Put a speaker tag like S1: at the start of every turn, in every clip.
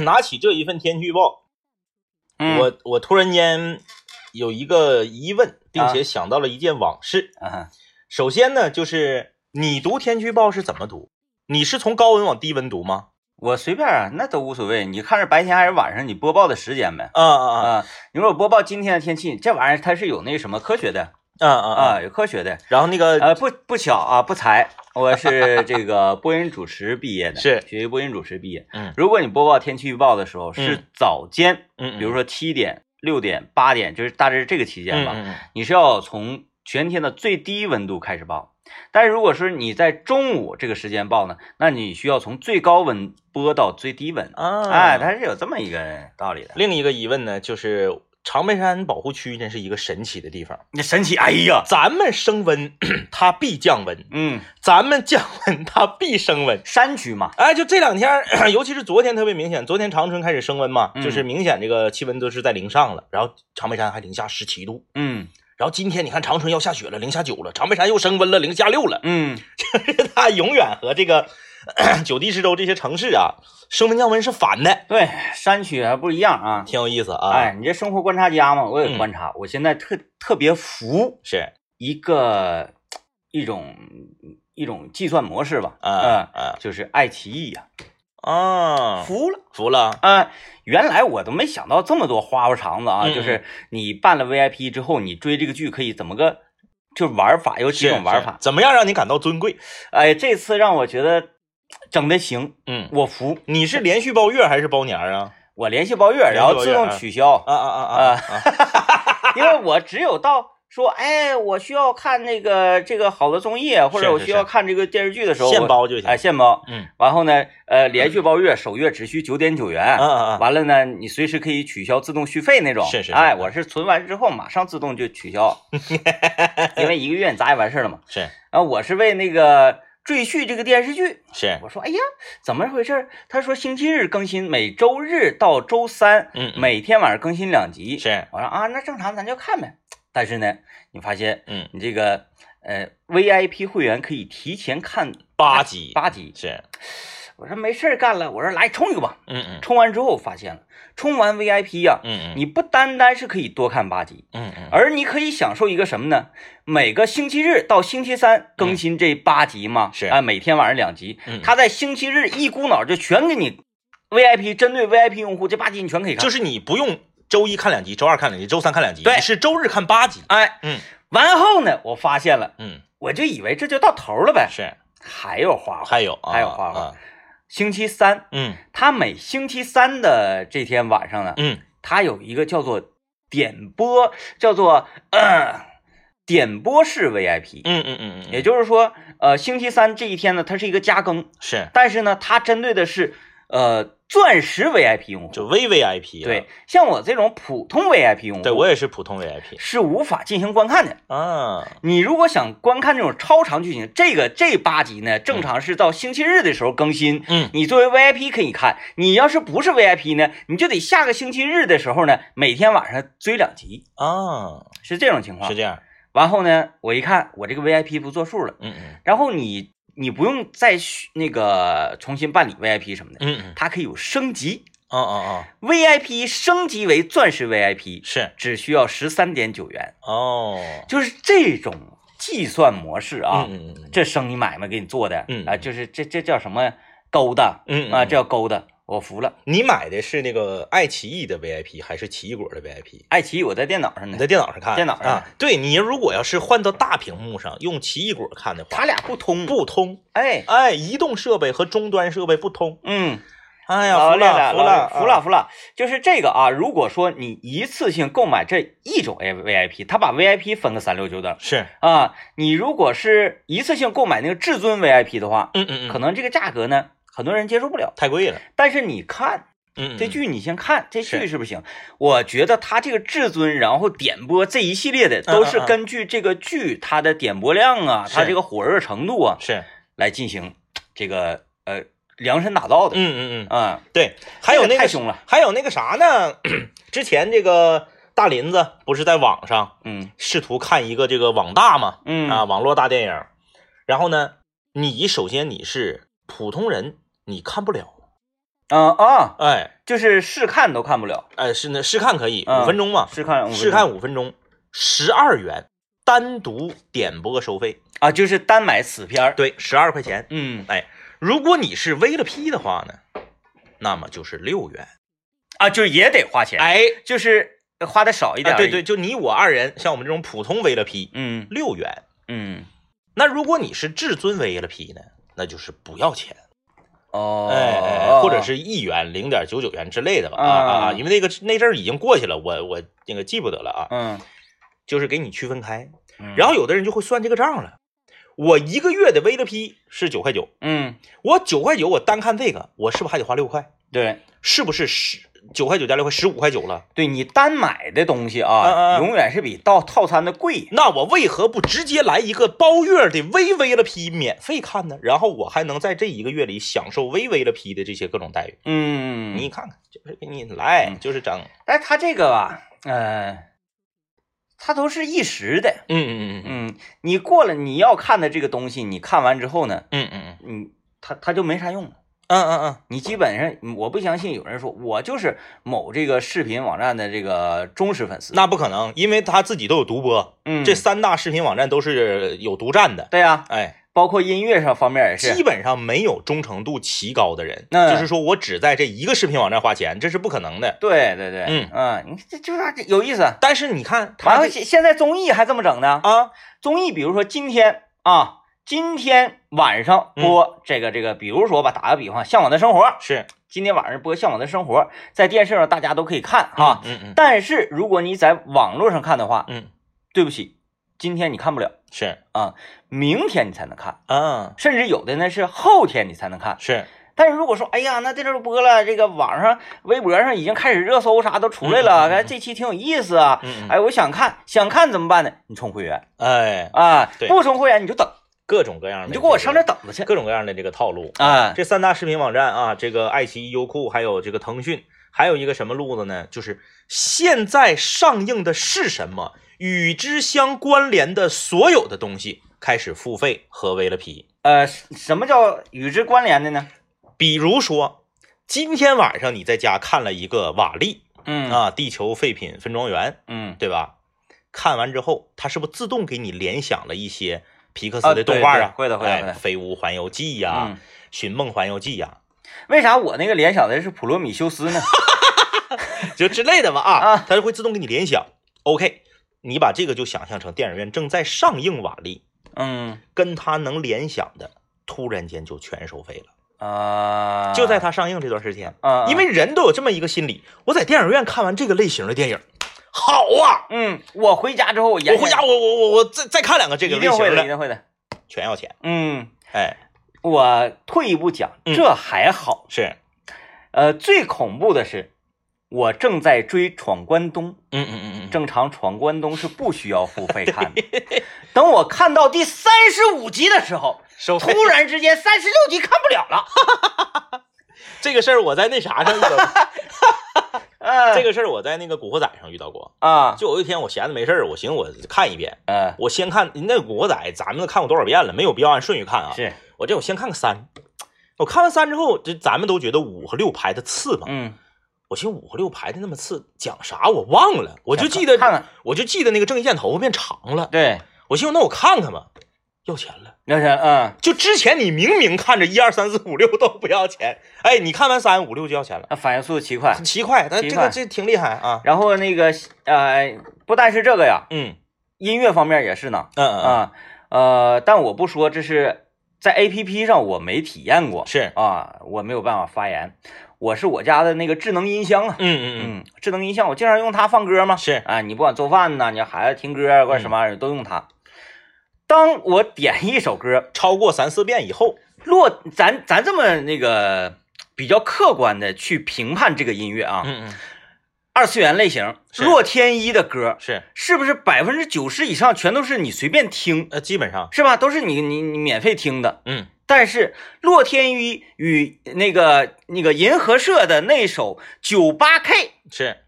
S1: 拿起这一份天气预报，
S2: 嗯
S1: 我我突然间有一个疑问，并且想到了一件往事。
S2: 啊
S1: 首先呢，就是你读天气预报是怎么读？你是从高温往低温读吗？
S2: 我随便啊，那都无所谓，你看是白天还是晚上，你播报的时间呗。
S1: 啊啊
S2: 啊，你说我播报今天的天气，这玩意儿它是有那什么科学的
S1: 啊啊啊！
S2: 啊，有科学的。
S1: 然后那个
S2: 呃，不不巧啊，不才，我是这个播音主持毕业的，
S1: 是
S2: 学习播音主持毕业。
S1: 嗯
S2: 如果你播报天气预报的时候是
S1: 嗯
S2: 早间，
S1: 嗯，
S2: 比如
S1: 说
S2: 说七点、六点、八点，就是大致这个期间吧，
S1: 嗯嗯
S2: 你是要从全天的最低温度开始报。但是如果说你在中午这个时间报呢，那你需要从最高温播到最低温。
S1: 嗯啊，
S2: 哎，它是有这么一个道理的。
S1: 另一个疑问呢，就是长白山保护区真是一个神奇的地方。
S2: 你神奇，哎呀，
S1: 咱们升温， 它必降温；
S2: 嗯，
S1: 咱们降温，它必升温。
S2: 山区嘛，
S1: 哎，就这两天 儿，尤其是昨天特别明显。昨天长春开始升温嘛，
S2: 嗯
S1: 就是明显这个气温都是在零上了，然后长白山还零下十七度。
S2: 嗯
S1: 然后今天你看长春要下雪了，零下九了，长白山又升温了，零下六了。
S2: 嗯，
S1: 它永远和这个 咳九地十州这些城市啊，升温降温是反的，
S2: 对，山区还不一样啊。
S1: 挺有意思啊。
S2: 哎，，你这生活观察家嘛，我也
S1: 嗯
S2: 观察，我现在特特别服
S1: 是
S2: 一个一种一种计算模式吧，
S1: 啊
S2: 呃
S1: 啊
S2: 就是爱奇艺呀、
S1: 啊，
S2: 服了
S1: 服了，
S2: 啊、原来我都没想到这么多花花肠子啊，
S1: 嗯嗯
S2: 就是你办了 VIP 之后，你追这个剧可以怎么个就玩法，有几
S1: 是
S2: 种玩
S1: 是
S2: 法。
S1: 怎么样让你感到尊贵？
S2: 哎，这次让我觉得整的行，
S1: 嗯，
S2: 我服，
S1: 你是连续包月还是包年儿啊？
S2: 我联系包月，然后自动取消，
S1: 啊啊啊啊！
S2: 啊， 因为我只有到说，哎，我需要看那个这个好的综艺，啊或者我需要看这个电视剧的时候，
S1: 现
S2: 我
S1: 包嗯就行。
S2: 哎，现包。
S1: 嗯
S2: 然后呢，呃，连续包月，首月只需九点九元
S1: 啊。啊啊！
S2: 完了呢，你随时可以取消自动续费那种。
S1: 是是是
S2: 哎，我是存完之后马上自动就取消， 因为一个月你咋也完事儿了嘛。
S1: 是
S2: 啊，我是为那个《赘婿》这个电视剧，
S1: 是，
S2: 我说哎呀，怎么回事儿？他说星期日更新，每周日到周三，
S1: 嗯嗯
S2: 每天晚上更新两集。
S1: 是，
S2: 我说啊，那正常咱就看呗。但是呢，你发现
S1: 嗯，
S2: 你这个呃 VIP 会员可以提前看
S1: 八级
S2: 八集。
S1: 是，
S2: 我说没事儿干了，我说来冲一个吧。
S1: 嗯嗯
S2: 冲完之后发现了，冲完 VIP 呀、
S1: 嗯嗯，
S2: 你不单单是可以多看八集，
S1: 嗯嗯
S2: 而你可以享受一个什么呢？每个星期日到星期三更新这八集嘛，
S1: 嗯是
S2: 啊，每天晚上两集
S1: 嗯。
S2: 他在星期日一股脑就全给你 VIP，针对 VIP 用户这八集你全可以看。
S1: 就是你不用周一看两集，周二看两集，周三看两集，
S2: 对
S1: 你是周日看八集。
S2: 哎，
S1: 嗯
S2: 完后呢，我发现了，
S1: 嗯，
S2: 我就以为这就到头了呗。
S1: 是，
S2: 还有花花，
S1: 还有啊
S2: 还有花花
S1: 啊
S2: 星期三，
S1: 嗯
S2: 他每星期三的这天晚上呢，
S1: 嗯
S2: 他有一个叫做点播，叫做呃点播式 VIP，
S1: 嗯嗯嗯嗯，
S2: 也就是说，呃，星期三这一天呢，它是一个加更，
S1: 是
S2: 但是呢，它针对的是呃钻石 VIP 用户，
S1: 就 VVIP 了。
S2: 对，像我这种普通 VIP 用户，
S1: 对我也是普通 VIP
S2: 是无法进行观看的。
S1: 啊，
S2: 你如果想观看这种超长剧情，这个这八集呢，正常是到星期日的时候更新。
S1: 嗯
S2: 你作为 VIP 可以看，你要是不是 VIP 呢，你就得下个星期日的时候呢，每天晚上追两集，
S1: 啊，
S2: 是这种情况
S1: 是。这样，
S2: 然后呢，我一看我这个 VIP 不作数了，
S1: 嗯嗯
S2: 然后你你不用再续那个重新办理 VIP 什么的，
S1: 嗯嗯，
S2: 它可以有升级
S1: 啊啊啊，
S2: ，VIP 升级为钻石 VIP，
S1: 是
S2: 只需要十三点九元，
S1: 哦，
S2: 就是这种计算模式啊。
S1: 嗯嗯
S2: 这生意买卖给你做的，
S1: 嗯
S2: 啊，就是这这叫什么勾搭
S1: 嗯
S2: 啊，这叫勾搭，我服了。
S1: 你买的是那个爱奇艺的 VIP 还是奇异果的 VIP？
S2: 爱奇艺我在电脑上
S1: 你
S2: 呢，
S1: 在电脑上看，
S2: 电脑上
S1: 啊，对你如果要是换到大屏幕上用奇异果看的话，
S2: 他俩不通，
S1: 不通，
S2: 哎，
S1: 哎，移动设备和终端设备不通，
S2: 嗯，
S1: 哎呀，
S2: 老
S1: 服
S2: 厉
S1: 了，
S2: 害
S1: 嗯
S2: 了，
S1: 服了，
S2: 服了，服了，就是这个啊。如果说你一次性购买这一种 A V I P，他把 V I P 分个三六九等
S1: 是，
S2: 啊，你如果是一次性购买那个至尊 V I P 的话，
S1: 嗯嗯嗯，
S2: 可能这个价格呢，很多人接受不了。
S1: 太贵了，
S2: 但是你看，
S1: 嗯，
S2: 这
S1: 嗯
S2: 剧你先看，这剧
S1: 是
S2: 是不行。我觉得他这个至尊，然后点播这一系列的，都是
S1: 嗯嗯
S2: 根据这个剧它的点播量啊，
S1: 是
S2: 它这个火热程度啊，
S1: 是，
S2: 来进行这个呃量身打造的。
S1: 嗯嗯嗯，
S2: 啊，
S1: 对，还有
S2: 这
S1: 那
S2: 太
S1: 个
S2: 凶了。
S1: 还有那个啥呢？ 之前这个大林子不是在网上
S2: 嗯
S1: 试图看一个这个网大嘛，
S2: 嗯
S1: 啊，网络大电影。然后呢，你首先你是普通人，你看不了，
S2: 啊啊，
S1: 哎，
S2: 就是试看都看不了，
S1: 哎，是那试看可以，
S2: 嗯
S1: 五分钟嘛，
S2: 试看
S1: 试
S2: 看
S1: 看五分钟，十二元，单独点播收费，
S2: 啊，就是单买此片儿。
S1: 对，十二块钱。
S2: 嗯
S1: 哎，如果你是 V 了 P 的话呢，那么就是六元。
S2: 啊，就是也得花钱，
S1: 哎，
S2: 就是花的少一点、
S1: 啊对对，，就你我二人，像我们这种普通 V 了 P，
S2: 嗯
S1: 六元。
S2: 嗯，
S1: 那如果你是至尊 V 了 P 呢，那就是不要钱。
S2: 哦，
S1: 哎哎，或者是一元、零点九九元之类的吧，啊啊
S2: 啊
S1: 啊！因为那个那阵儿已经过去了，我我那个记不得了啊，
S2: 嗯，
S1: 就是给你区分开。
S2: 嗯
S1: 然后有的人就会算这个账了，我一个月的 V 了 P 是九块九，
S2: 嗯，
S1: 我九块九我单看这个，我是不是还得花六块？
S2: 对
S1: 是不是十九块九加六块十五块九了？
S2: 对，你单买的东西啊，
S1: 嗯嗯嗯
S2: 永远是比到套餐的贵。
S1: 那我为何不直接来一个包月的 V V 了 P 免费看呢？然后我还能在这一个月里享受 V V 了 P 的这些各种待遇。
S2: 嗯，
S1: 你看看，就是给你来，就是整，
S2: 但是他这个吧，呃，他都是一时的。
S1: 嗯嗯嗯嗯
S2: 嗯，你过了你要看的这个东西，你看完之后呢，
S1: 嗯嗯嗯
S2: 你它它就没啥用了。
S1: 嗯嗯嗯。
S2: 你基本上，嗯我不相信有人说我就是某这个视频网站的这个忠实粉丝。
S1: 那不可能，因为他自己都有独播，
S2: 嗯，
S1: 这三大视频网站都是有独占的。
S2: 对呀、
S1: 哎，
S2: 包括音乐上方面也
S1: 基
S2: 是。
S1: 本上没有忠诚度奇高的人，
S2: 嗯
S1: 就是说我只在这一个视频网站花钱，这是不可能的。
S2: 对对对，
S1: 嗯
S2: 你这就是有意思。
S1: 但是你看
S2: 然
S1: 他
S2: 后
S1: 这
S2: 现现在综艺还这么整呢？
S1: 啊，
S2: 综艺比如说今天啊，今天晚上
S1: 嗯
S2: 播这个这个，比如说吧，打个比方，《向往的生活》
S1: 是
S2: 今天晚上播《向往的生活》，在电视上大家都可以看啊。
S1: 嗯嗯
S2: 但是如果你在网络上看的话，
S1: 嗯，
S2: 对不起，今天你看不了
S1: 是
S2: 啊，明天你才能看，
S1: 啊，
S2: 甚至有的呢是后天你才能看。
S1: 是
S2: 但是如果说，哎呀，那这阵播了，这个网上、微博上已经开始热搜啥都出来了，
S1: 嗯嗯嗯
S2: 哎，这期挺有意思啊，
S1: 嗯嗯
S2: 哎，我想看，想看怎么办呢？你充会员
S1: 哎，
S2: 啊，
S1: 对
S2: 不充会员你就等，
S1: 各种各样的，
S2: 你就给我上这等着去
S1: 各种各样的这个套路。
S2: 啊。
S1: 这三大视频网站啊，这个爱奇艺、优酷，还有这个腾讯，还有一个什么路子呢？就是现在上映的是什么，与之相关联的所有的东西开始付费和为了皮。
S2: 呃，什么叫与之关联的呢？
S1: 比如说，今天晚上你在家看了一个瓦力
S2: 嗯
S1: 啊，《地球废品分装园》，
S2: 嗯
S1: 对吧？看完之后，它是不是自动给你联想了一些皮克
S2: 啊
S1: 斯的动画
S2: 对
S1: 啊？
S2: 对会的会的
S1: 哎
S2: 会的
S1: 飞屋环游记》呀、
S2: 嗯，
S1: 寻梦环游记》呀，
S2: 为啥我那个联想的是普罗米修斯呢？
S1: 就之类的吧
S2: 啊
S1: 啊，它会自动给你联想。OK，你把这个就想象成电影院正在上映瓦力，
S2: 嗯
S1: 跟它能联想的，突然间就全收费了，
S2: 啊，
S1: 就在它上映这段时间。
S2: 啊，
S1: 因为人都有这么一个心理，我在电影院看完这个类型的电影，好啊，
S2: 嗯，我回家之后我研
S1: 我
S2: 究
S1: 回家我我我我再再看两个这个
S2: 一
S1: 类
S2: 定
S1: 型
S2: 会的，一
S1: 的，
S2: 定会的。
S1: 全要钱。
S2: 嗯，
S1: 哎，
S2: 我退一步讲，
S1: 嗯
S2: 这还好。
S1: 是，
S2: 呃，最恐怖的是，我正在追《闯关东》，
S1: 嗯嗯嗯嗯嗯，
S2: 正常《闯关东》是不需要付费看的。等我看到第三十五集的时候，
S1: 收费
S2: 突然之间三十六集看不了了。
S1: 这个事儿我在那啥上遇到 过，
S2: 嗯，
S1: 这个事儿我在那个《古惑仔》上遇到过。
S2: 啊，
S1: 就有一天我闲着没事儿，我寻思我看一遍，
S2: 呃，
S1: 我先看那《古惑仔》，咱们都看过多少遍了，没有必要按顺序看啊。
S2: 是，
S1: 我这我先看个三，我看完三之后，这咱们都觉得五和六排的次嘛，
S2: 嗯，
S1: 我寻思五和六排的那么次讲啥我忘了，我就记得
S2: 看看看
S1: 我就记得那个郑伊健头发变长了，
S2: 对，
S1: 我寻思那我看看吧，要钱了。
S2: 那是，嗯，
S1: 就之前你明明看着一二三四五六都不要钱，哎，你看完三五六就要钱了，
S2: 那反应速度奇快
S1: 很。奇怪，但
S2: 奇
S1: 这
S2: 怪
S1: 个这挺厉害啊，
S2: 然后那个，呃，不但是这个呀，
S1: 嗯
S2: 音乐方面也是呢，
S1: 嗯嗯，
S2: 啊，呃，但我不说这是在 A P P 上我没体验过
S1: 是，
S2: 啊，我没有办法发言。我是我家的那个智能音箱啊，
S1: 嗯嗯
S2: 嗯，智能音箱我经常用它放歌嘛
S1: 嗯，，是，
S2: 啊，你不管做饭呐，你孩子听歌啊或者什么玩意
S1: 嗯
S2: 儿都用它。当我点一首歌，
S1: 超过三四遍以后，
S2: 落咱咱这么那个比较客观的去评判这个音乐啊，
S1: 嗯嗯
S2: 二次元类型
S1: 是
S2: 洛天依的歌
S1: 是，
S2: 是不是百分之九十以上全都是你随便听，
S1: 呃，基本上，
S2: 是吧？都是你你你免费听的。
S1: 嗯
S2: 但是洛天依与那个那个银河社的那首《九八 K》，
S1: 是，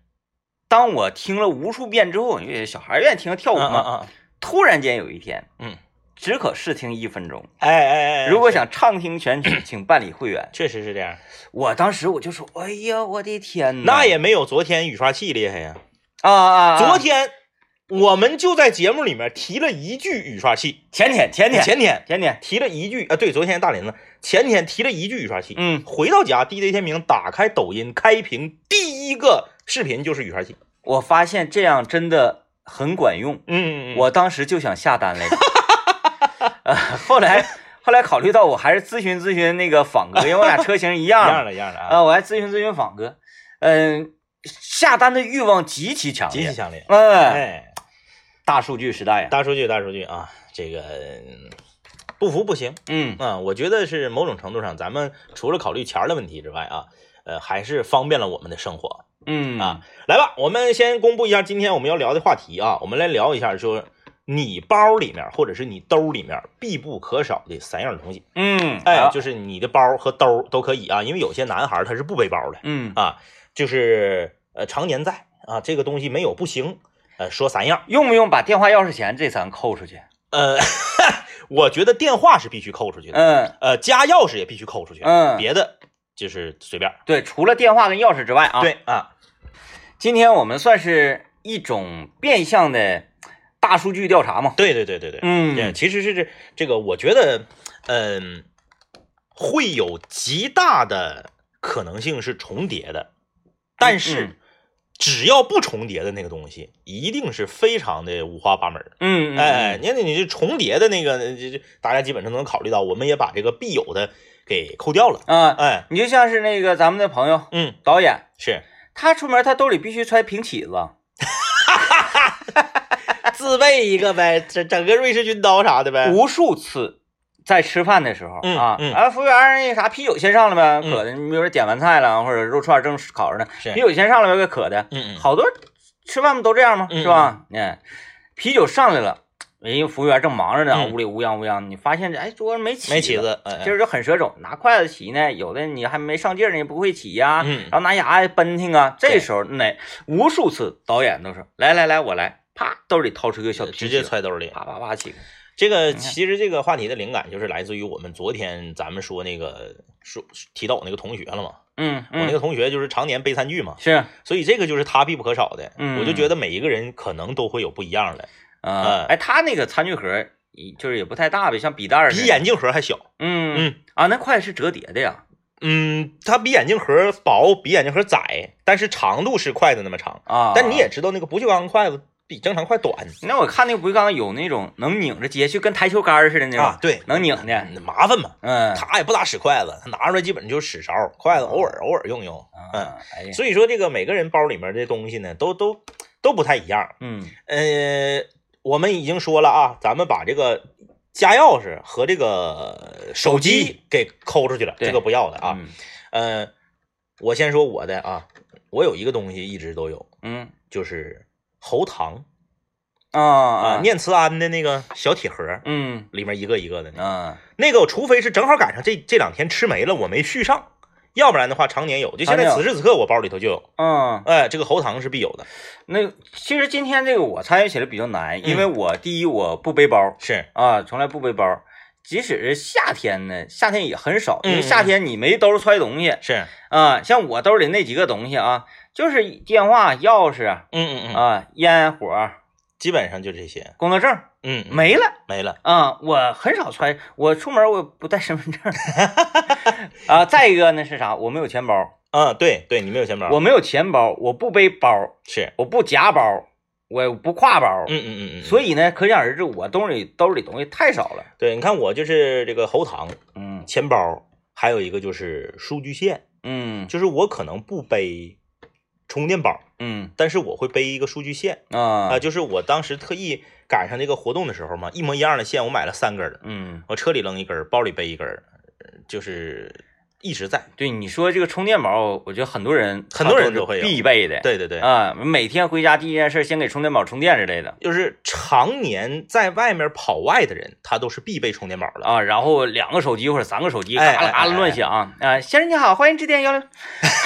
S2: 当我听了无数遍之后，因为小孩愿意听跳舞
S1: 嗯
S2: 嘛，
S1: 嗯嗯。
S2: 突然间有一天，
S1: 嗯，
S2: 只可试听一分钟。
S1: 哎哎哎，
S2: 如果想畅听全曲，请办理会 员。
S1: 确实是这样，
S2: 我当时我就说，哎呀，我的天哪！
S1: 那也没有昨天雨刷器厉害呀。
S2: 啊啊！啊
S1: 昨天我们就在节目里面提了一句雨刷器，
S2: 前天前天
S1: 前天
S2: 前天，
S1: 提了一句啊，对，昨天大林子前天提了一句雨刷器，
S2: 嗯，
S1: 回到家 DJ 天明打开抖音开屏第一个视频就是雨刷器，
S2: 我发现这样真的很管用，
S1: 嗯我
S2: 我当时就想下单来着。 呃，后来后来考虑到我还是咨询咨询那个仿哥，因为我俩 车型一
S1: 一
S2: 样
S1: 样的，一样的啊，
S2: 啊，我还咨询咨询仿哥，嗯，下单的欲望极其强
S1: 极
S2: 烈，
S1: 其强烈，
S2: 哎，
S1: 哎，
S2: 大数据时代呀，
S1: 大数据大数据啊，这个嗯不服不行
S2: 嗯，
S1: 啊，我觉得是某种程度上，咱们除了考虑钱儿的问题之外啊，呃，还是方便了我们的生活，
S2: 嗯
S1: 啊，来吧，我们先公布一下今天我们要聊的话题啊，我们来聊一下说你包里面或者是你兜里面必不可少的三样东西。
S2: 嗯，
S1: 哎
S2: 啊，
S1: 就是你的包和兜都可以啊，因为有些男孩他是不背包的
S2: 嗯，
S1: 啊，就是呃常年在啊，这个东西没有不行。呃，说三样，
S2: 用不用把电话、钥匙钱这三扣出去？
S1: 呃， 我觉得电话是必须扣出去的，
S2: 嗯
S1: 呃，家钥匙也必须扣出去，
S2: 嗯，
S1: 别的就是随便。
S2: 对，除了电话跟钥匙之外啊，，
S1: 对啊，
S2: 今天我们算是一种变相的大数据调查嘛，
S1: 对对对对对，对，
S2: 嗯
S1: 其实是这这个，我觉得，嗯、会有极大的可能性是重叠的，但是、
S2: 嗯
S1: 只要不重叠的那个东西，一定是非常的五花八门儿。
S2: 嗯，嗯
S1: 哎，，你看你这重叠的那个，这这大家基本上都能考虑到，我们也把这个必有的给扣掉了。
S2: 嗯啊，
S1: 哎，
S2: 你就像是那个咱们的朋友
S1: 嗯，
S2: 导演，
S1: 是
S2: 他出门他兜里必须揣平起子，
S1: 自备一个呗，整整个瑞士军刀啥的呗。
S2: 无数次。在吃饭的时候
S1: 嗯
S2: 啊，
S1: 嗯
S2: 啊，服务员那啥啤酒先上了呗，
S1: 嗯
S2: 渴的，比如说点完菜了，或者肉串正烤着呢，
S1: 是
S2: 啤酒先上来呗，给渴的，
S1: 嗯嗯，
S2: 好多吃饭不都这样吗？
S1: 嗯
S2: 是吧？嗯，啤酒上来了，人家服务员正忙着呢，
S1: 嗯
S2: 屋里乌泱乌泱，你发现这哎桌上没起
S1: 没起，子，哎，哎
S2: 今儿就很蛇种，拿筷子起呢，有的你还没上劲儿呢，你不会起呀，
S1: 嗯
S2: 然后拿牙奔腾啊，
S1: 对
S2: 这时候那无数次导演都说来来来，我来，啪兜里掏出一个小啤酒，
S1: 呃直接揣兜里。
S2: 啪啪啪起，
S1: 这个
S2: 看
S1: 其实这个话题的灵感就是来自于我们昨天咱们说那个说提到我那个同学了嘛，
S2: 嗯
S1: 我那个
S2: 嗯，
S1: 同学就是常年背餐具嘛，
S2: 是，
S1: 所以这个就是他必不可少的。
S2: 嗯
S1: 我就觉得每一个人可能都会有不一样的，嗯
S2: 啊，哎，他那个餐具盒一就是也不太大呗，像笔袋儿似
S1: 比
S2: 的，
S1: 眼镜盒还小。
S2: 嗯
S1: 嗯
S2: 啊，那筷子是折叠的呀，
S1: 嗯，它比眼镜盒薄，比眼镜盒窄，但是长度是筷子那么长。
S2: 啊，嗯
S1: 但你也知道，那个不锈钢筷子比正常筷短
S2: 那我看那个不锈钢有那种能拧着接，就跟台球杆儿似的那种，
S1: 啊，对，
S2: 能拧的。
S1: 麻烦嘛。
S2: 嗯，
S1: 他也不咋使筷子，他拿出来基本上就是使勺，筷子
S2: 哦
S1: 偶尔偶尔用用。嗯，
S2: 啊，哎呀，
S1: 所以说，这个每个人包里面的东西呢，都都都不太一样。
S2: 嗯
S1: 呃，我们已经说了啊，咱们把这个家钥匙和这个手
S2: 手
S1: 机
S2: 机
S1: 给抠出去了，
S2: 对
S1: 这个不要的啊。
S2: 嗯
S1: 呃，我先说我的啊，我有一个东西一直都有，
S2: 嗯
S1: 就是喉糖
S2: 啊
S1: 啊，
S2: 啊，
S1: 念慈庵的那个小铁盒，
S2: 嗯
S1: 里面一个一个的那个
S2: 啊，
S1: 那个，我除非是正好赶上这这两天吃没了，我没续上。要不然的话，常年有，就现在
S2: 常年有
S1: 此时此刻我包里头就有，
S2: 嗯，
S1: 哎，这个喉糖是必有的，
S2: 那其实今天这个我参与起来比较难，因为
S1: 嗯
S2: 我第一我不背包
S1: 是，
S2: 啊，从来不背包，即使是夏天呢，夏天也很少，
S1: 嗯
S2: 因为夏天你没兜儿揣东西
S1: 是，
S2: 啊，像我兜里那几个东西啊，就是电话、钥匙
S1: 嗯嗯嗯，
S2: 啊、烟火、
S1: 基本上就这些，
S2: 工作证
S1: 嗯，嗯
S2: 没了。
S1: 没了，
S2: 啊、我很少揣，我出门我不带身份证。 啊，再一个呢是啥？我没有钱包，
S1: 啊，对对，你没有钱包，
S2: 我没有钱包，我不背包，
S1: 是，
S2: 我不夹包，我不挎包，
S1: 嗯嗯嗯嗯，
S2: 所
S1: 以
S2: 以呢，可想而知，我兜里兜里东西太少了。
S1: 对，你看我就是这个喉糖、
S2: 嗯
S1: 钱包，还有一个就是数据线，
S2: 嗯
S1: 就是我可能不背充电宝，
S2: 嗯
S1: 但是我会背一个数据线啊、
S2: 啊
S1: 就是我当时特意赶上这个活动的时候嘛，一模一样的线我买了三根儿，
S2: 嗯，
S1: 我车里扔一根儿，包里背一根儿，呃就是一直在，
S2: 对你说这个充电宝，我觉得很多人
S1: 很多人都
S2: 是
S1: 会有
S2: 必备的。
S1: 对对对。
S2: 啊，每天回家第一件事先给充电宝充电之类的
S1: 就是常年在外面跑外的人，他都是必备充电宝的。
S2: 啊，然后两个手机或者三个手机嘎
S1: 哎哎
S2: 啦嘎
S1: 哎
S2: 啦乱
S1: 哎
S2: 响啊。先生你好，欢迎致电幺零。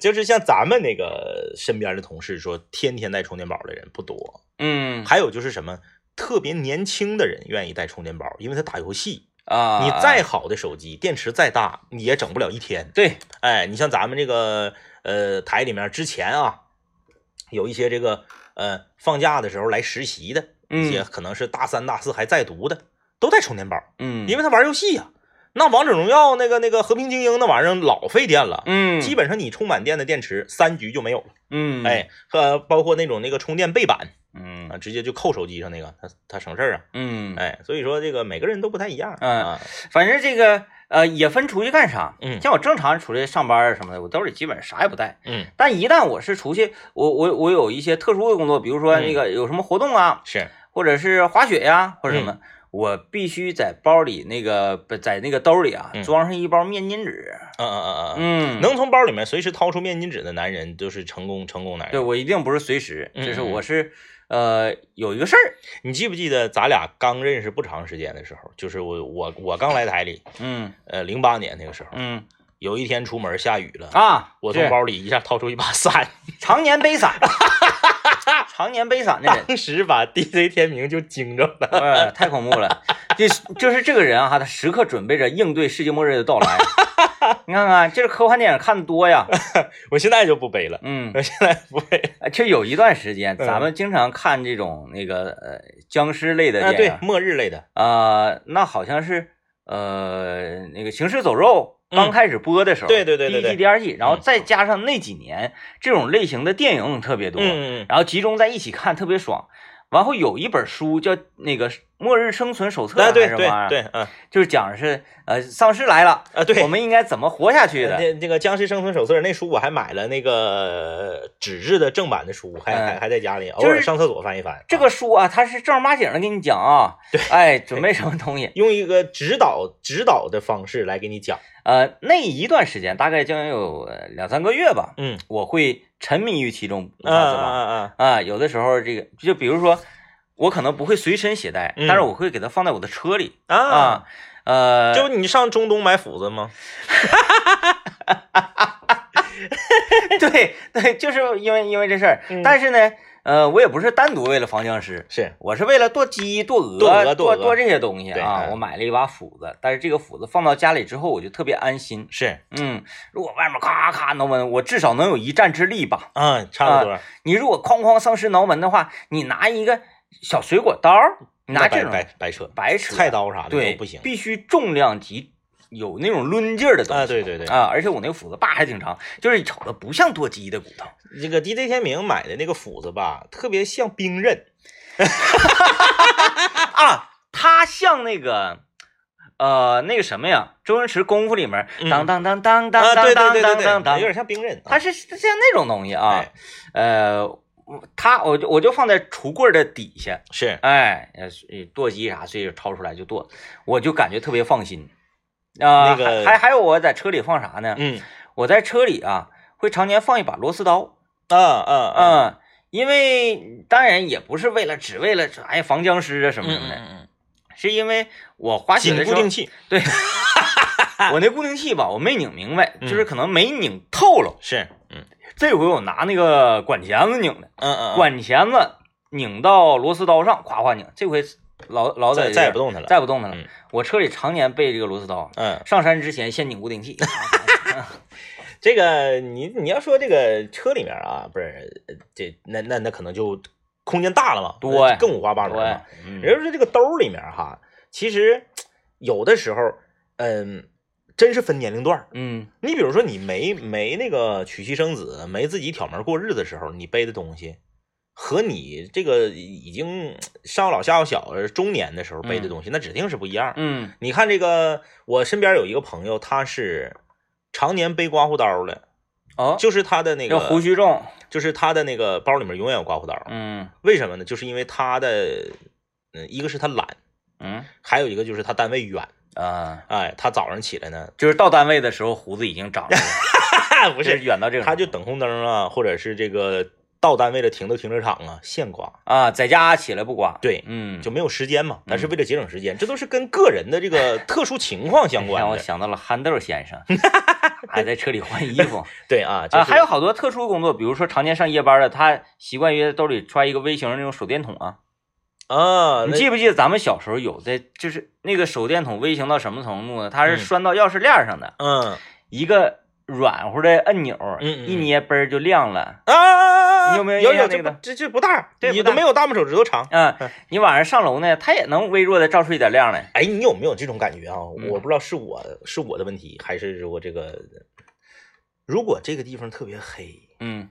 S1: 就是像咱们那个身边的同事说，天天带充电宝的人不多。
S2: 嗯，
S1: 还有就是什么，特别年轻的人愿意带充电宝，因为他打游戏。
S2: 啊，
S1: 你再好的手机，电池再大，你也整不了一天。
S2: 对，
S1: 哎，你像咱们这个呃台里面之前啊，有一些这个呃放假的时候来实习的，一些
S2: 嗯
S1: 可能是大三、大四还在读的，都带充电宝，
S2: 嗯，
S1: 因
S2: 为
S1: 为他玩游戏呀、那王者荣耀那个那个和平精英那玩意儿老费电了，
S2: 嗯
S1: 基本上你充满电的电池三局就没有了。
S2: 嗯
S1: 哎，和包括那种那个充电背板啊，
S2: 嗯
S1: 直接就扣手机上那个，它它省事儿啊。
S2: 嗯，
S1: 哎，所以说这个每个人都不太一样
S2: 嗯
S1: 啊。
S2: 反正这个呃也分出去干啥，
S1: 嗯
S2: 像我正常出去上班啊什么的，我兜里基本上啥也不带。
S1: 嗯，
S2: 但一旦我是出去，我我我有一些特殊的工作，比
S1: 嗯
S2: 如说那个有什么活动啊，
S1: 是，
S2: 或者是滑雪呀、或者什
S1: 嗯
S2: 么，我必须在包里那个不在那个兜里啊
S1: 嗯
S2: 装上一包面巾纸。
S1: 嗯嗯嗯嗯嗯，
S2: 嗯，
S1: 能从包里面随时掏出面巾纸的男人，就是成功成功男
S2: 对
S1: 人。
S2: 我一定不是随时，
S1: 嗯
S2: 就是
S1: 嗯嗯
S2: 我是呃有一个事儿，
S1: 你记不记得咱俩刚认识不长时间的时候，就是我我我刚来台里，
S2: 嗯
S1: 呃，零八年那个时候，
S2: 嗯
S1: 有一天出门下雨了，
S2: 啊，
S1: 我
S2: 是
S1: 从包里一下掏出一把伞，
S2: 常年背 伞，常年背伞的人。
S1: 当时把 DJ 天明就惊着了。
S2: 呃，太恐怖了，就是就是这个人啊，他时刻准备着应对世界末日的到 来。你看看，这是科幻电影看的多呀，
S1: 我现在就不背了，
S2: 嗯，
S1: 我现在不背。
S2: 呃其实有一段时间，
S1: 嗯
S2: 咱们经常看这种那个呃僵尸类的
S1: 啊，
S2: 电影
S1: 对，，末日类的，
S2: 呃，那好像是呃那个《行尸走肉》
S1: 嗯
S2: 刚开始播的时候，
S1: 对对对对嗯
S2: 第一
S1: 对
S2: 季、第二季，然后再加上那几年这种类型的电影特别多，
S1: 嗯嗯
S2: 然后集中在一起看特别爽。然后有一本书叫那个《末日生存手册》
S1: 嗯，啊，
S2: 还
S1: 对
S2: 是什么
S1: 对
S2: 玩意儿，
S1: 对，嗯
S2: 就是讲的是呃丧尸来了，
S1: 啊，对，
S2: 我们应该怎么活下去的。
S1: 那那个《僵尸生存手册》那书我还买了那个呃纸质的正版的书，还还
S2: 嗯
S1: 还在家里，
S2: 就是
S1: 偶尔上厕所翻一翻。
S2: 这
S1: 啊
S2: 个书啊，它是正儿八经的给你讲啊，对，哎，准备什么东西？
S1: 用一个指导指导的方式来给你讲，
S2: 呃，那一段时间大概将有呃两三个月吧，
S1: 嗯，
S2: 我会沉迷于其中，无
S1: 啊
S2: 法自
S1: 啊
S2: 拔
S1: 啊啊，
S2: 啊。有的时候这个，就比如说，我可能不会随身携带，
S1: 嗯
S2: 但是我会给它放在我的车里
S1: 啊，
S2: 啊。呃，
S1: 就你上中东买斧子吗？
S2: 对对，就是因为因为这事儿
S1: 嗯。
S2: 但是呢，呃，我也不是单独为了防僵尸，
S1: 是，
S2: 我是为了剁鸡、剁鹅、
S1: 剁鹅剁
S2: 剁
S1: 鹅
S2: 这些东西
S1: 对
S2: 啊。
S1: 嗯
S2: 我买了一把斧子，但是这个斧子放到家里之后，我就特别安心。
S1: 是，
S2: 嗯，如果外面咔咔挠门，我至少能有一战之力吧。
S1: 啊，差不多，
S2: 你如果哐哐丧尸挠门的话，你拿一个小水果刀儿，你拿
S1: 那
S2: 这
S1: 白
S2: 种
S1: 白白扯，
S2: 白扯
S1: 菜刀啥的
S2: 对
S1: 都不行
S2: 必须重量级，有那种抡劲儿的东西。
S1: 啊，对对对，
S2: 啊而且我那个斧子把还挺长，就是瞅着不像剁鸡的骨头。
S1: 这个 DJ 天明买的那个斧子吧，特别像兵刃，
S2: 啊，它像那个。呃，那个什么呀，周星驰功夫里面，
S1: 嗯
S2: 当当当当当
S1: 啊，
S2: 当
S1: 对对
S2: 当
S1: 对对
S2: 当当
S1: 对，有
S2: 当，
S1: 点像兵刃，
S2: 它
S1: 啊
S2: 是像那种东西啊
S1: 哎。
S2: 呃，我它我就我就放在橱柜儿的底下，
S1: 是，
S2: 哎，呃，剁鸡啥，所以掏出来就剁，我就感觉特别放心。啊、
S1: 那个
S2: 还还还有我在车里放啥呢？
S1: 嗯，
S2: 我在车里啊，会常年放一把螺丝刀，
S1: 啊啊
S2: 嗯、
S1: 啊，
S2: 因为当然也不是为了只为了说哎防僵尸啊什么什么的，
S1: 嗯，
S2: 是因为我滑雪
S1: 紧
S2: 的时
S1: 固
S2: 候，
S1: 定器
S2: 对，我那固定器吧，我没拧明白，就是
S1: 嗯
S2: 可能没拧透了。
S1: 是，嗯
S2: 这回我拿那个管钳子拧的，
S1: 嗯嗯，嗯
S2: 管钳子拧到螺丝刀上，夸夸拧，这回老老在
S1: 再
S2: 这
S1: 再
S2: 儿
S1: 也不动弹了，
S2: 再不动弹了。
S1: 嗯
S2: 我车里常年备这个螺丝刀，
S1: 嗯，
S2: 上山之前先拧固定器。
S1: 啊这个你你要说这个车里面啊，不是呃这那那那可能就空间大了嘛，
S2: 对
S1: 那就更五花八门
S2: 对
S1: 了。，也
S2: 嗯
S1: 就是这个兜里面哈，其实有的时候，嗯，真是分年龄段儿。
S2: 嗯
S1: 你比如说，你没没那个娶妻生子，没自己挑门过日子的时候，你背的东西，和你这个已经上有老下有小中年的时候背的东西，那指定是不一样。
S2: 嗯
S1: 你看这个，我身边有一个朋友，他是常年背刮胡刀的，
S2: 哦，
S1: 就是他的那
S2: 要胡
S1: 个，
S2: 须重，
S1: 就是他的那个包里面永远有刮胡刀。
S2: 嗯
S1: 为什么呢？就是因为他的，嗯，一个是他懒，
S2: 嗯
S1: 还有一个就是他单位远。
S2: 啊，
S1: 哎，他早上起来呢，
S2: 就是到单位的时候胡子已经长出来了，
S1: 不
S2: 就是远到这个程
S1: 他
S2: 度，
S1: 就等红灯啊，或者是这个到单位了停到停车场啊，现刮。
S2: 啊，在家起来不刮，
S1: 对，
S2: 嗯，
S1: 就没有时间嘛。但是为了节省时间，这都是跟个人的这 个特殊情况相关
S2: 哎让我
S1: 的。
S2: 想到了憨豆先 生，还在车里换衣 服
S1: 对啊，就
S2: 啊，
S1: 是
S2: 还有好多特殊工作，比如说常年上夜班的，他习惯于兜里揣一个微型那种手电筒啊，
S1: 啊，
S2: 你
S1: 那
S2: 记不记得咱们小时候有的就是那个手电筒微型到什么程度呢？它是
S1: 嗯
S2: 拴到钥匙链儿上的，
S1: 嗯
S2: 一个软乎的按钮，
S1: 嗯嗯
S2: 一捏嘣儿就亮了。
S1: 啊啊，啊
S2: 你有没有
S1: 有
S2: 印象
S1: 这
S2: 那个
S1: 不这这不大，
S2: 对
S1: 你
S2: 不
S1: 都
S2: 大
S1: 没有大拇手指头长。
S2: 啊
S1: 嗯，
S2: 你晚上上楼呢，它也能微弱的照出一点亮来。
S1: 哎，你有没有这种感觉啊？
S2: 嗯
S1: 我不知道是我是我的问题，还是我这个，如果这个地方特别黑，
S2: 嗯，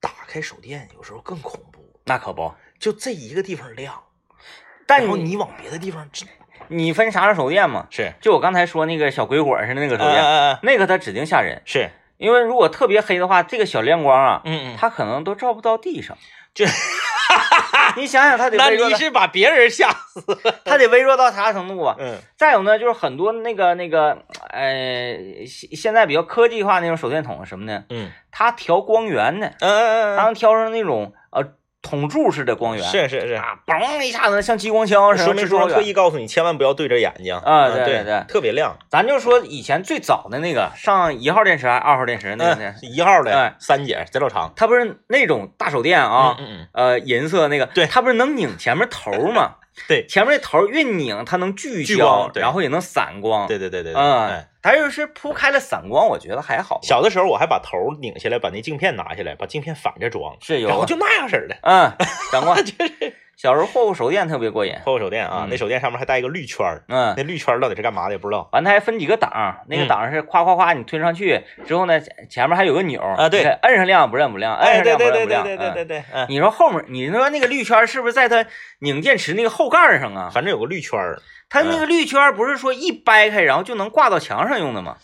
S1: 打开手电有时候更恐怖，
S2: 那可不。
S1: 就这一个地方亮，
S2: 但
S1: 然后
S2: 你
S1: 你往别的地方指
S2: 你分啥样手电嘛？
S1: 是
S2: 就我刚才说那个小鬼火似的那个手电，
S1: 啊
S2: 那个它指定吓人，
S1: 是，
S2: 因为如果特别黑的话，这个小亮光啊，
S1: 嗯嗯，
S2: 它可能都照不到地上。
S1: 这，
S2: 你想想，它 得
S1: 那
S2: 微弱
S1: 你
S2: 到，
S1: 是把别人吓死，
S2: 它得微弱到啥程度啊？
S1: 嗯
S2: 再有呢，就是很多那个那个，呃，现现在比较科技化那种手电筒什么的，
S1: 嗯
S2: 它调光源呢，
S1: 嗯
S2: 它能调成那种呃筒柱式的光源，
S1: 是是是。
S2: 啊，嘣一下子像激光枪似的，
S1: 说明
S2: 制作
S1: 书上特
S2: 光源
S1: 意告诉你，千万不要对着眼睛
S2: 啊
S1: 嗯
S2: 对
S1: 对
S2: 对
S1: 特别亮。
S2: 咱就说以前最早的那个上一号电池还是二号电池那个电
S1: 嗯
S2: 池，，
S1: 一号的
S2: 哎
S1: 三姐贼老长
S2: 它不是那种大手电啊，
S1: 嗯嗯，嗯
S2: 呃，银色那个，
S1: 对
S2: 它不是能拧前面头儿吗？
S1: 对
S2: 前面那头儿越拧，它能聚
S1: 聚
S2: 焦
S1: 光，对
S2: 然后也能散光。
S1: 对对对对对，哎
S2: 嗯，它要是铺开了散光，我觉得还好吧。
S1: 小的时候我还把头拧下来，把那镜片拿下来，把镜片反着装，
S2: 是有
S1: 然后
S2: 啊，
S1: 就那样式儿的。
S2: 嗯，散光 小时候霍霍手电特别过瘾。
S1: 包括手电啊，
S2: 嗯
S1: 那手电上面还带一个绿圈儿，
S2: 嗯，
S1: 那绿圈儿到底是干嘛的也不知道。
S2: 完它还分几个档儿，那个
S1: 嗯
S2: 档儿是夸夸夸你推上去之后呢，前前面还有个钮儿
S1: 啊对
S2: 你看摁上亮不亮不亮，摁
S1: 哎，
S2: 上
S1: 对
S2: 亮不
S1: 对
S2: 亮
S1: 对
S2: 不
S1: 对
S2: 亮。
S1: 对对对
S2: 嗯
S1: 对，嗯，
S2: 你说后面，你说那个绿圈儿是不是在它拧电池那个后盖儿上啊？
S1: 反正有个绿圈儿
S2: 它
S1: 嗯
S2: 那个绿圈儿不是说一掰开然后就能挂到墙上用的吗？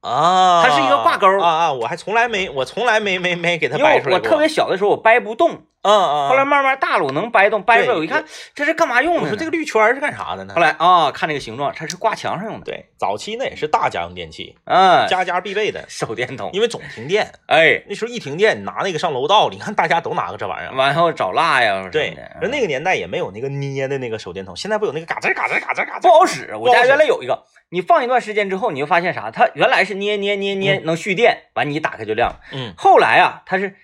S1: 啊
S2: 它是一个挂钩儿
S1: 啊啊！我还从来没，我从来没没没给它
S2: 因为
S1: 掰出来
S2: 我我特别小的时候我掰不动，
S1: 嗯嗯，
S2: 后来慢慢大了我能掰动，掰出来
S1: 对
S2: 我一看这是干嘛用
S1: 我
S2: 的
S1: 说
S2: 呢？
S1: 这个绿圈儿是干啥的呢
S2: 后？来啊、看这个形状，它是挂墙上用的，
S1: 对，哎早期那也是大家用电器，
S2: 嗯，
S1: 家家必备的，
S2: 手电筒，
S1: 因为总停电，
S2: 哎，
S1: 那时候一停电，你拿那个上楼道，你看大家都拿个这玩意儿。
S2: 完后找蜡呀什么的，
S1: 对，人那
S2: 个
S1: 个年代也没有那个捏的那个手电筒，现在不有那个嘎吱嘎吱嘎吱嘎吱
S2: 不好使，
S1: 不
S2: 我
S1: 好
S2: 家
S1: 使
S2: 原来有一个，你放一段时间之后，你就发现啥，它原来是捏捏捏捏能蓄电，完你一打开就亮了，
S1: 嗯，
S2: 后来啊，它是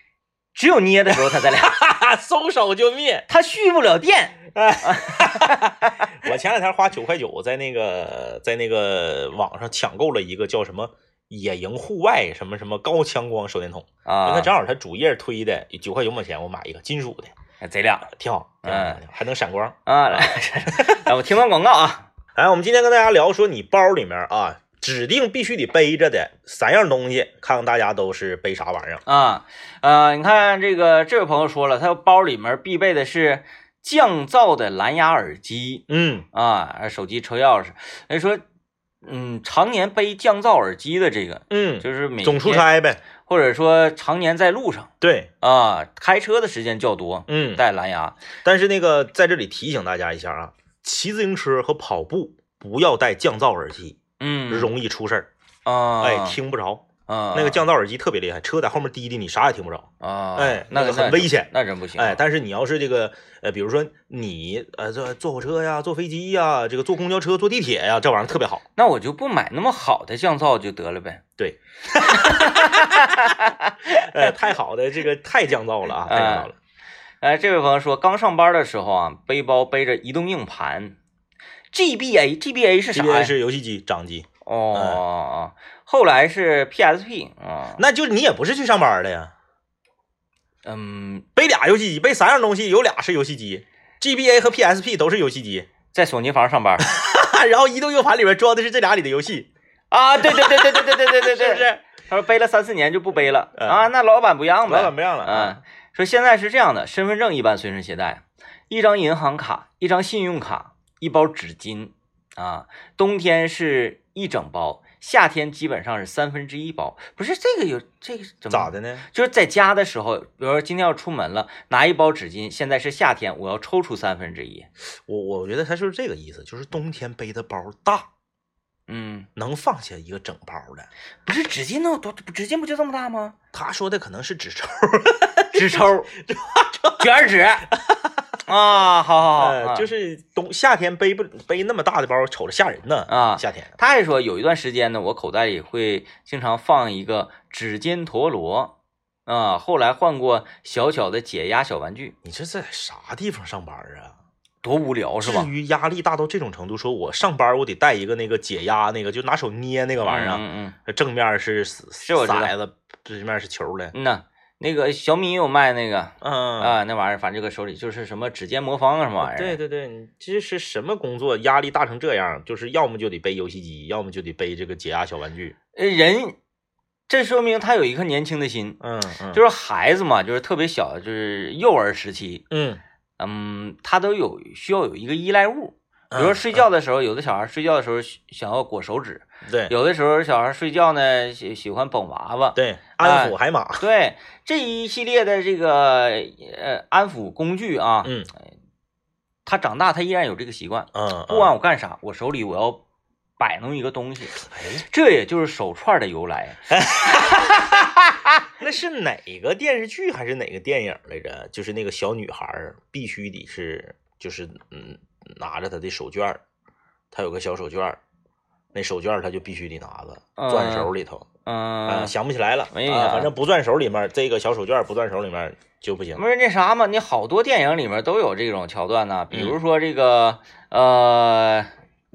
S2: 只有捏的时候它才亮，
S1: 哈哈，松手就灭。
S2: 它蓄不了电，
S1: 我前两天花九块九在那个在那个网上抢购了一个叫什么野营户外什么什么高强光手电筒，因为它
S2: 啊，
S1: 正好它主页推的，九块九毛钱我买一个金属的，
S2: 贼亮
S1: 挺好，挺好挺好还能闪光。
S2: 啊，来， 来我听完广告啊，
S1: 来，哎我们今天跟大家聊说，你包里面啊，指定必须得背着的三样东西，看看大家都是背啥玩意儿。
S2: 啊，呃，你看这个这位朋友说了，他包里面必备的是降噪的蓝牙耳机
S1: 嗯，
S2: 啊，手机、车钥匙。人说，嗯，常年背降噪耳机的这个，
S1: 嗯，
S2: 就是每
S1: 总出
S2: 天，
S1: 差呗。
S2: 或者说常年在路上
S1: 对，
S2: 啊，开车的时间较多，
S1: 嗯，
S2: 带蓝牙。
S1: 但是那个在这里提醒大家一下啊，骑自行车和跑步不要戴降噪耳机，
S2: 嗯，
S1: 容易出事儿。
S2: 啊，
S1: 哎，听不着，
S2: 啊，
S1: 那个降噪耳机特别厉害，车在后面滴滴，你啥也听不着，
S2: 啊，
S1: 哎，
S2: 那
S1: 个很危
S2: 险，
S1: 险。
S2: 那真不行。
S1: 哎，，但是你要是这个，呃，比如说你呃坐坐火车呀、坐飞机呀、这个坐公交车、坐地铁呀，这玩意儿特别好。
S2: 那我就不买那么好的降噪就得了呗。
S1: 哎，太好的这个太降噪了啊，太降噪了。
S2: 哎，这位朋友说，刚上班的时候啊，背包背着移动硬盘，GBA GBA 是
S1: G
S2: 啥
S1: B A
S2: 呀？
S1: 是游戏机、掌机，
S2: 哦，后来是 PSP 啊、
S1: 那就是你也不是去上班的呀，
S2: 嗯，
S1: 背俩游戏机，背三样东西，有俩是游戏机，G B A 和 P S P 都是游戏机，
S2: 在索尼房上班
S1: 然后移动硬盘里面装的是这俩里的游戏，
S2: 啊，对对对对对对对对对，
S1: 是不是？
S2: 他说背了三四年就不背了、
S1: 嗯
S2: 啊，那老板不让
S1: 老板
S2: 呗。
S1: 不让了
S2: 嗯，，说现在是这样的，身份证一般随身携带，一张银行卡，一张信用卡，一包纸巾啊，冬天是一整包，夏天基本上是三分之一包。不是这个有这个怎么
S1: 咋的呢？
S2: 就是在家的时候，比如说今天要出门了，拿一包纸巾。现在是夏天，我要抽出三分之一。
S1: 我我觉得他就是这个意思，就是冬天背的包大，
S2: 嗯，
S1: 能放下一个整包的。
S2: 不是纸巾能有多？纸巾不就这么大吗？
S1: 他说的可能是纸抽，
S2: 纸抽，卷儿纸。啊，好好好，
S1: 呃，
S2: 啊
S1: 就是冬夏天背不背那么大的包，瞅着吓人呢
S2: 啊
S1: 夏天，
S2: 他还说，有一段时间呢，我口袋里会经常放一个纸巾陀螺，啊，后来换过小小的解压小玩具，
S1: 你这在啥地方上班啊？
S2: 多无聊是吧
S1: 至？于压力大到这种程度，说我上班我得带一个那个解压那个，就拿手捏那个玩意儿、啊
S2: 嗯嗯
S1: 正面是是
S2: 是我知道
S1: 骰子，对面是球嘞。
S2: 嗯呐，那个小米有卖那个
S1: 嗯
S2: 啊，那玩意儿，反正这个手里就是什么指尖魔方啊什么玩意儿，
S1: 对对对，你这是什么工作？压力大成这样，就是要么就得背游戏机，要么就得背这个解压小玩具。
S2: 呃，人，这说明他有一颗年轻的心，
S1: 嗯嗯，
S2: 就是孩子嘛，就是特别小，就是幼儿时期，
S1: 嗯，
S2: 嗯，他都有需要有一个依赖物，比如说
S1: 嗯
S2: 睡觉的时候，有的小孩睡觉的时候喜想要裹手指，
S1: 对
S2: 有的时候小孩睡觉呢喜喜欢捧娃娃，
S1: 对，安抚海马。
S2: 对这一系列的这个呃安抚工具啊，
S1: 嗯
S2: 他长大他依然有这个习惯，
S1: 嗯，嗯
S2: 不管我干啥，我手里我要摆弄一个东西，
S1: 哎，
S2: 这也就是手串的由来。
S1: 那是哪个电视剧还是哪个电影来着？就是那个小女孩儿必须得是，就是嗯，拿着她的手绢儿，她有个小手绢儿，那手绢儿她就必须得拿着，攥手里头。啊，
S2: 嗯，
S1: 想不起来了，
S2: 没印
S1: 啊，
S2: 象
S1: 反正不攥手里面，这个小手绢儿不攥手里面就不行。
S2: 不是那啥嘛，你好多电影里面都有这种桥段呢，
S1: 嗯
S2: 比如说这个呃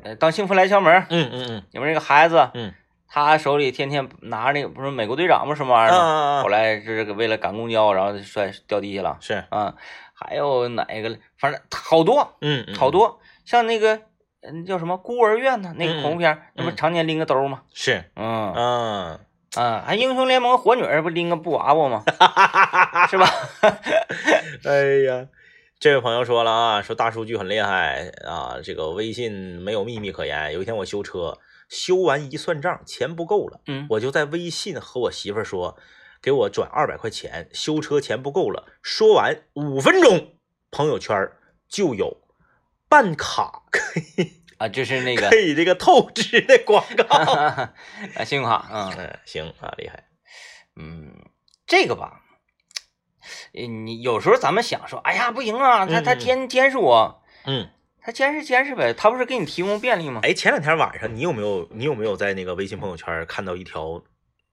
S2: 呃，当幸福来敲门，
S1: 嗯嗯嗯。
S2: 里面这个孩子，
S1: 嗯，
S2: 他手里天天拿着那个不是美国队长吗？什么玩意儿吗？
S1: 啊
S2: 后来这个为了赶公交，然后摔掉地下了
S1: 是，
S2: 啊。还有哪一个了？反正好多
S1: 嗯，嗯
S2: 好多，像那个嗯叫什么孤儿院呢？那个
S1: 嗯
S2: 恐怖片儿，那不
S1: 嗯
S2: 常年拎个兜儿吗？
S1: 是，
S2: 嗯
S1: 嗯，
S2: 啊，还英雄联盟火女儿不拎个布娃 娃吗？是吧？
S1: 哎呀，这位朋友说了啊，说大数据很厉害啊，这个微信没有秘密可言。有一天我修车，修完一算账，钱不够了，
S2: 嗯，
S1: 我就在微信和我媳妇儿说，给我转二百块钱，修车钱不够了。说完五分钟，朋友圈儿就有。办卡可以
S2: 啊，就是 那个
S1: 可以这个透支的广告，
S2: 啊，信用卡，嗯
S1: 嗯，行啊，厉害，
S2: 嗯，这个吧，呃你有时候咱们想说，哎呀，不行啊，他他
S1: 嗯嗯
S2: 监监视我，
S1: 嗯，
S2: 他监视监视呗，他不是给你提供便利吗？
S1: 哎，前两天晚上你有没有你有没有在那个微信朋友圈看到一条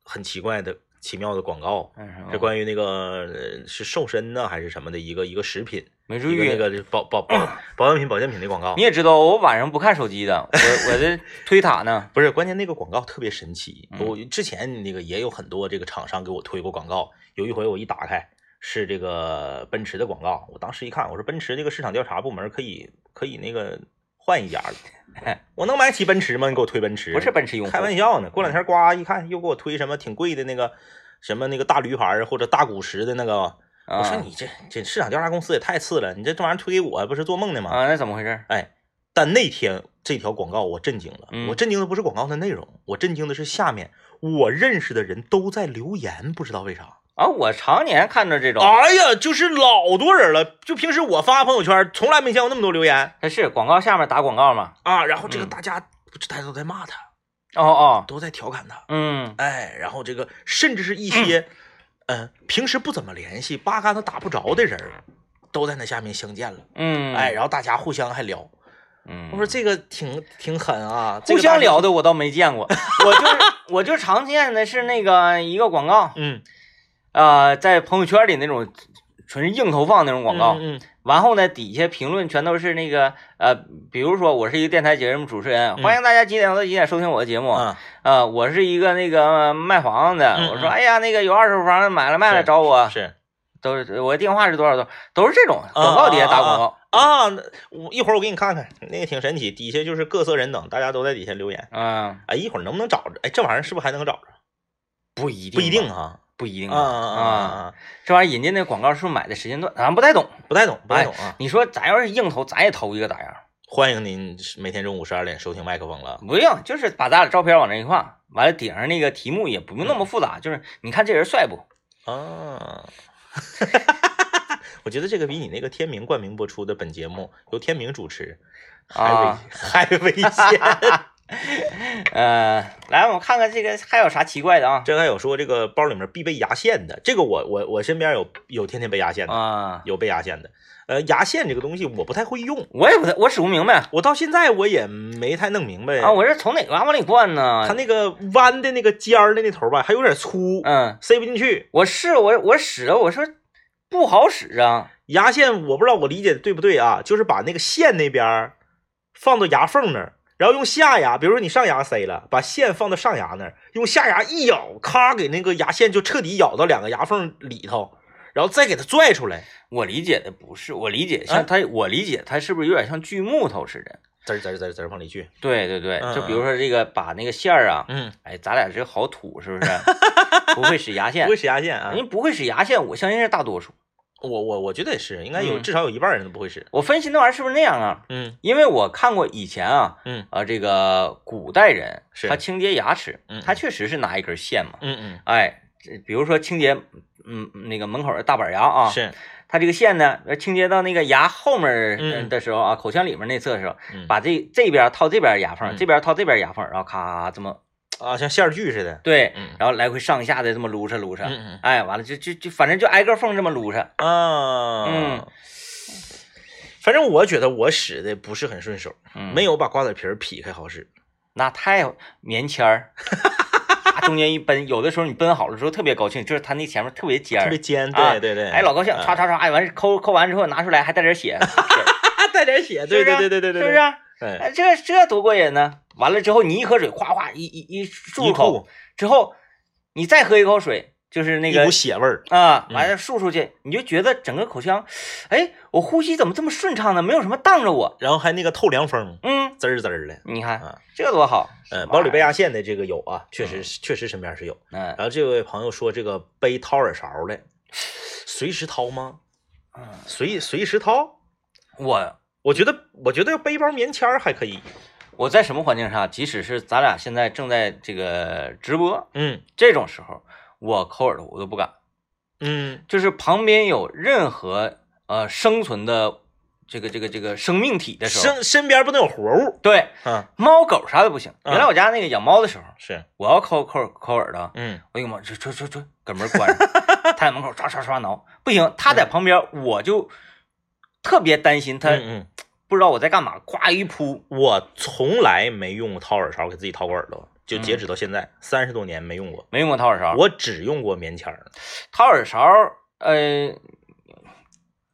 S1: 很奇怪的、奇妙的广告？
S2: 嗯，
S1: 是关于那个呃是瘦身呢还是什么的一个一个食品，
S2: 没注
S1: 一个那
S2: 意。
S1: 个保 保保保养品保健品的广告
S2: 你。也知道，我晚上不看手机的，我我这推 塔呢，
S1: 不是，关键那个广告特别神奇。
S2: 嗯
S1: 我之前那个也有很多这个厂商给我推过广告，有一回我一打开是这个奔驰的广告，我当时一看，我说奔驰这个市场调查部门可以可以那个换一家 了，我能买起奔驰吗？你给我推奔驰？
S2: 不是奔驰用户，
S1: 开玩笑呢。过两天呱一看，又给我推什么挺贵的那个什么那个大驴牌儿或者大古驰的那个，
S2: 啊
S1: 我说你这这市场调查公司也太次了，你这这玩意儿推给我不是做梦呢吗？
S2: 啊，那怎么回事？
S1: 哎，但那天这条广告我震惊了，
S2: 嗯
S1: 我震惊的不是广告的内容，我震惊的是下面我认识的人都在留言，不知道为啥。
S2: 啊，我常年看着这种，
S1: 哎呀，就是老多人了，就平时我发朋友圈从来没见过那么多留言
S2: 它是广告下面打广告嘛？
S1: 啊，然后这个
S2: 嗯
S1: 大家、大家都在骂他，
S2: 哦哦，
S1: 都在调侃他。
S2: 嗯
S1: 哎，然后这个甚至是一些，呃，平时不怎么联系、八竿子打不着的人儿，都在那下面相见了。
S2: 嗯，
S1: 哎，，然后大家互相还聊，
S2: 嗯，
S1: 我说这个挺挺狠啊，这
S2: 互
S1: 个大家
S2: 相聊，的我倒没见过， 我就是我就常见的是那个一个广告，
S1: 嗯，
S2: 呃，在朋友圈里那种纯硬投放那种广告，
S1: 嗯，嗯
S2: 完后呢底下评论全都是那个呃，比如说我是一个电台节目主持人，
S1: 嗯
S2: 欢迎大家几点到几点收听我的节目，
S1: 啊，
S2: 呃，我是一个那个卖房的，
S1: 嗯
S2: 我说
S1: 嗯
S2: 哎呀那个有二手房的买了卖了
S1: 是
S2: 找我，
S1: 是
S2: 都是我的电话是多少多少，都是这种广告底下打广告，
S1: 啊，那我一会儿我给你看看，那个挺神奇，底下就是各色人等，大家都在底下留言。
S2: 嗯，
S1: 哎，一会儿能不能找着？哎，这玩意儿是不是还能找着？
S2: 不一定
S1: 不一定
S2: 吧
S1: 啊，
S2: 不一定
S1: 啊啊
S2: 啊，
S1: 啊！
S2: 这玩意儿人家那广告是不是买的时间段，咱不太懂。
S1: 不太懂，不太
S2: 哎
S1: 懂啊！
S2: 你说咱要是硬投，咱也投一个咋样？
S1: 欢迎您每天中午十二点收听麦克 风了。
S2: 不用，就是把咱俩照片往那一放，完了顶上那个题目也不用那
S1: 嗯
S2: 么复杂，就是你看这人帅不？
S1: 啊，我觉得这个比你那个天明 冠名播出的本节目由天明主持还危、
S2: 啊
S1: 还危险。
S2: 呃，来，我们看看这个还有啥奇怪的啊？
S1: 这还有说这个包里面必备牙线的，这个我我我身边有有天天备牙线的，
S2: 啊，
S1: 有备牙线的。呃，牙线这个东西我不太会用，
S2: 我也不太，我使不明白
S1: 我到现在我也没太弄明白
S2: 啊，我是从哪个往里灌呢？
S1: 它那个弯的那个尖儿的那头吧，还有点粗，
S2: 嗯，
S1: 塞不进去。
S2: 我是我我使了，我说不好使啊，
S1: 牙线我不知道我理解的对不对啊，就是把那个线那边儿放到牙缝那儿，然后用下牙，比如说你上牙塞了，把线放到上牙那儿，用下牙一咬，咔给那个牙线就彻底咬到两个牙缝里头，然后再给它拽出来，
S2: 我理解的不是，我理解
S1: 啊
S2: 像它，我理解它是不是有点像锯木头似的？
S1: 滋儿滋儿滋儿滋儿往里去。
S2: 对对对，
S1: 嗯
S2: 就比如说这个把那个线儿啊，
S1: 嗯，
S2: 哎，咱俩这好土 是不是？不会使牙线
S1: 不会，使牙线啊
S2: 人？家不会使牙线，我相信是大多数。
S1: 我我我觉得也是，应该有
S2: 嗯
S1: 至少有一半人都不会使。
S2: 我分析那玩意儿是不是那样啊？
S1: 嗯
S2: 因为我看过以前啊，
S1: 嗯
S2: 啊，这个古代人
S1: 是
S2: 他清洁牙齿
S1: 嗯嗯，
S2: 他确实是拿一根线嘛，
S1: 嗯嗯，
S2: 哎，这比如说清洁，嗯，那个门口的大板牙啊，
S1: 是
S2: 它这个线呢，呃清洁到那个牙后面
S1: 嗯
S2: 儿的时候啊，口腔里面那侧的时候，
S1: 嗯
S2: 把这这边套这边牙缝，
S1: 嗯
S2: 这边套这边牙缝，然后咔这么
S1: 啊，像线儿锯似的。
S2: 对，
S1: 嗯
S2: 然后来回上下的这么撸着撸着，
S1: 嗯
S2: 哎，完了就就就反正就挨个缝这么撸着，
S1: 嗯啊，
S2: 嗯，
S1: 反正我觉得我使的不是很顺手，
S2: 嗯，
S1: 没有把瓜子皮儿劈开好使。
S2: 那太棉签儿。啊中间一崩，有的时候你崩好了之后特别高兴，就是它那前面特别尖
S1: 特
S2: 儿
S1: 别，尖，
S2: 啊
S1: 对对对，
S2: 哎，老高兴，
S1: 啊
S2: 唰唰唰，哎，完事抠抠完之后拿出来还带点血，
S1: 啊，带点血，
S2: 是
S1: 对
S2: 不
S1: 对
S2: 是？
S1: 对对对对，
S2: 是不是？
S1: 对？哎，
S2: 哎，这这多过瘾呢！完了之后，你一喝水，哗哗一一一漱
S1: 一
S2: 口
S1: 吐
S2: 之后，你再喝一口水，就是那
S1: 一
S2: 个
S1: 股血味儿，
S2: 啊，
S1: 嗯
S2: 完了漱出去，你就觉得整个口腔，哎，我呼吸怎么这么顺畅呢？没有什么荡着我。
S1: 然后还那个透凉风，
S2: 嗯，
S1: 滋儿滋儿的。
S2: 你看
S1: 啊
S2: 这多好。
S1: 嗯，包里备牙线的这个有啊，确实是确实身边是有。
S2: 嗯
S1: 然后这位朋友说这个背掏耳勺的，随时掏吗？
S2: 嗯，
S1: 随随时掏？
S2: 我
S1: 我觉得我觉得背包棉签儿还可以。
S2: 我在什么环境下，即使是咱俩现在正在这个直播
S1: 嗯
S2: 这种时候，我抠耳朵我都不敢。
S1: 嗯
S2: 就是旁边有任何呃生存的这个这个这个生命体的时候，
S1: 身身边不能有活物。
S2: 对
S1: 嗯，
S2: 猫狗啥都不行。
S1: 嗯
S2: 原来我家那个养猫的时候，
S1: 是，
S2: 我要抠抠抠耳朵，
S1: 嗯
S2: 我给猫这这这这搁门关上，它在门口刷刷刷挠，不行，它在旁边我就特别担心它
S1: 嗯嗯，
S2: 不知道我在干嘛，咵一扑，
S1: 我从来没用过掏耳勺给自己掏过耳朵，就截
S2: 嗯
S1: 止到现在三十多年没用过。
S2: 没用过掏耳勺，
S1: 我只用过棉签儿。
S2: 掏耳勺，呃，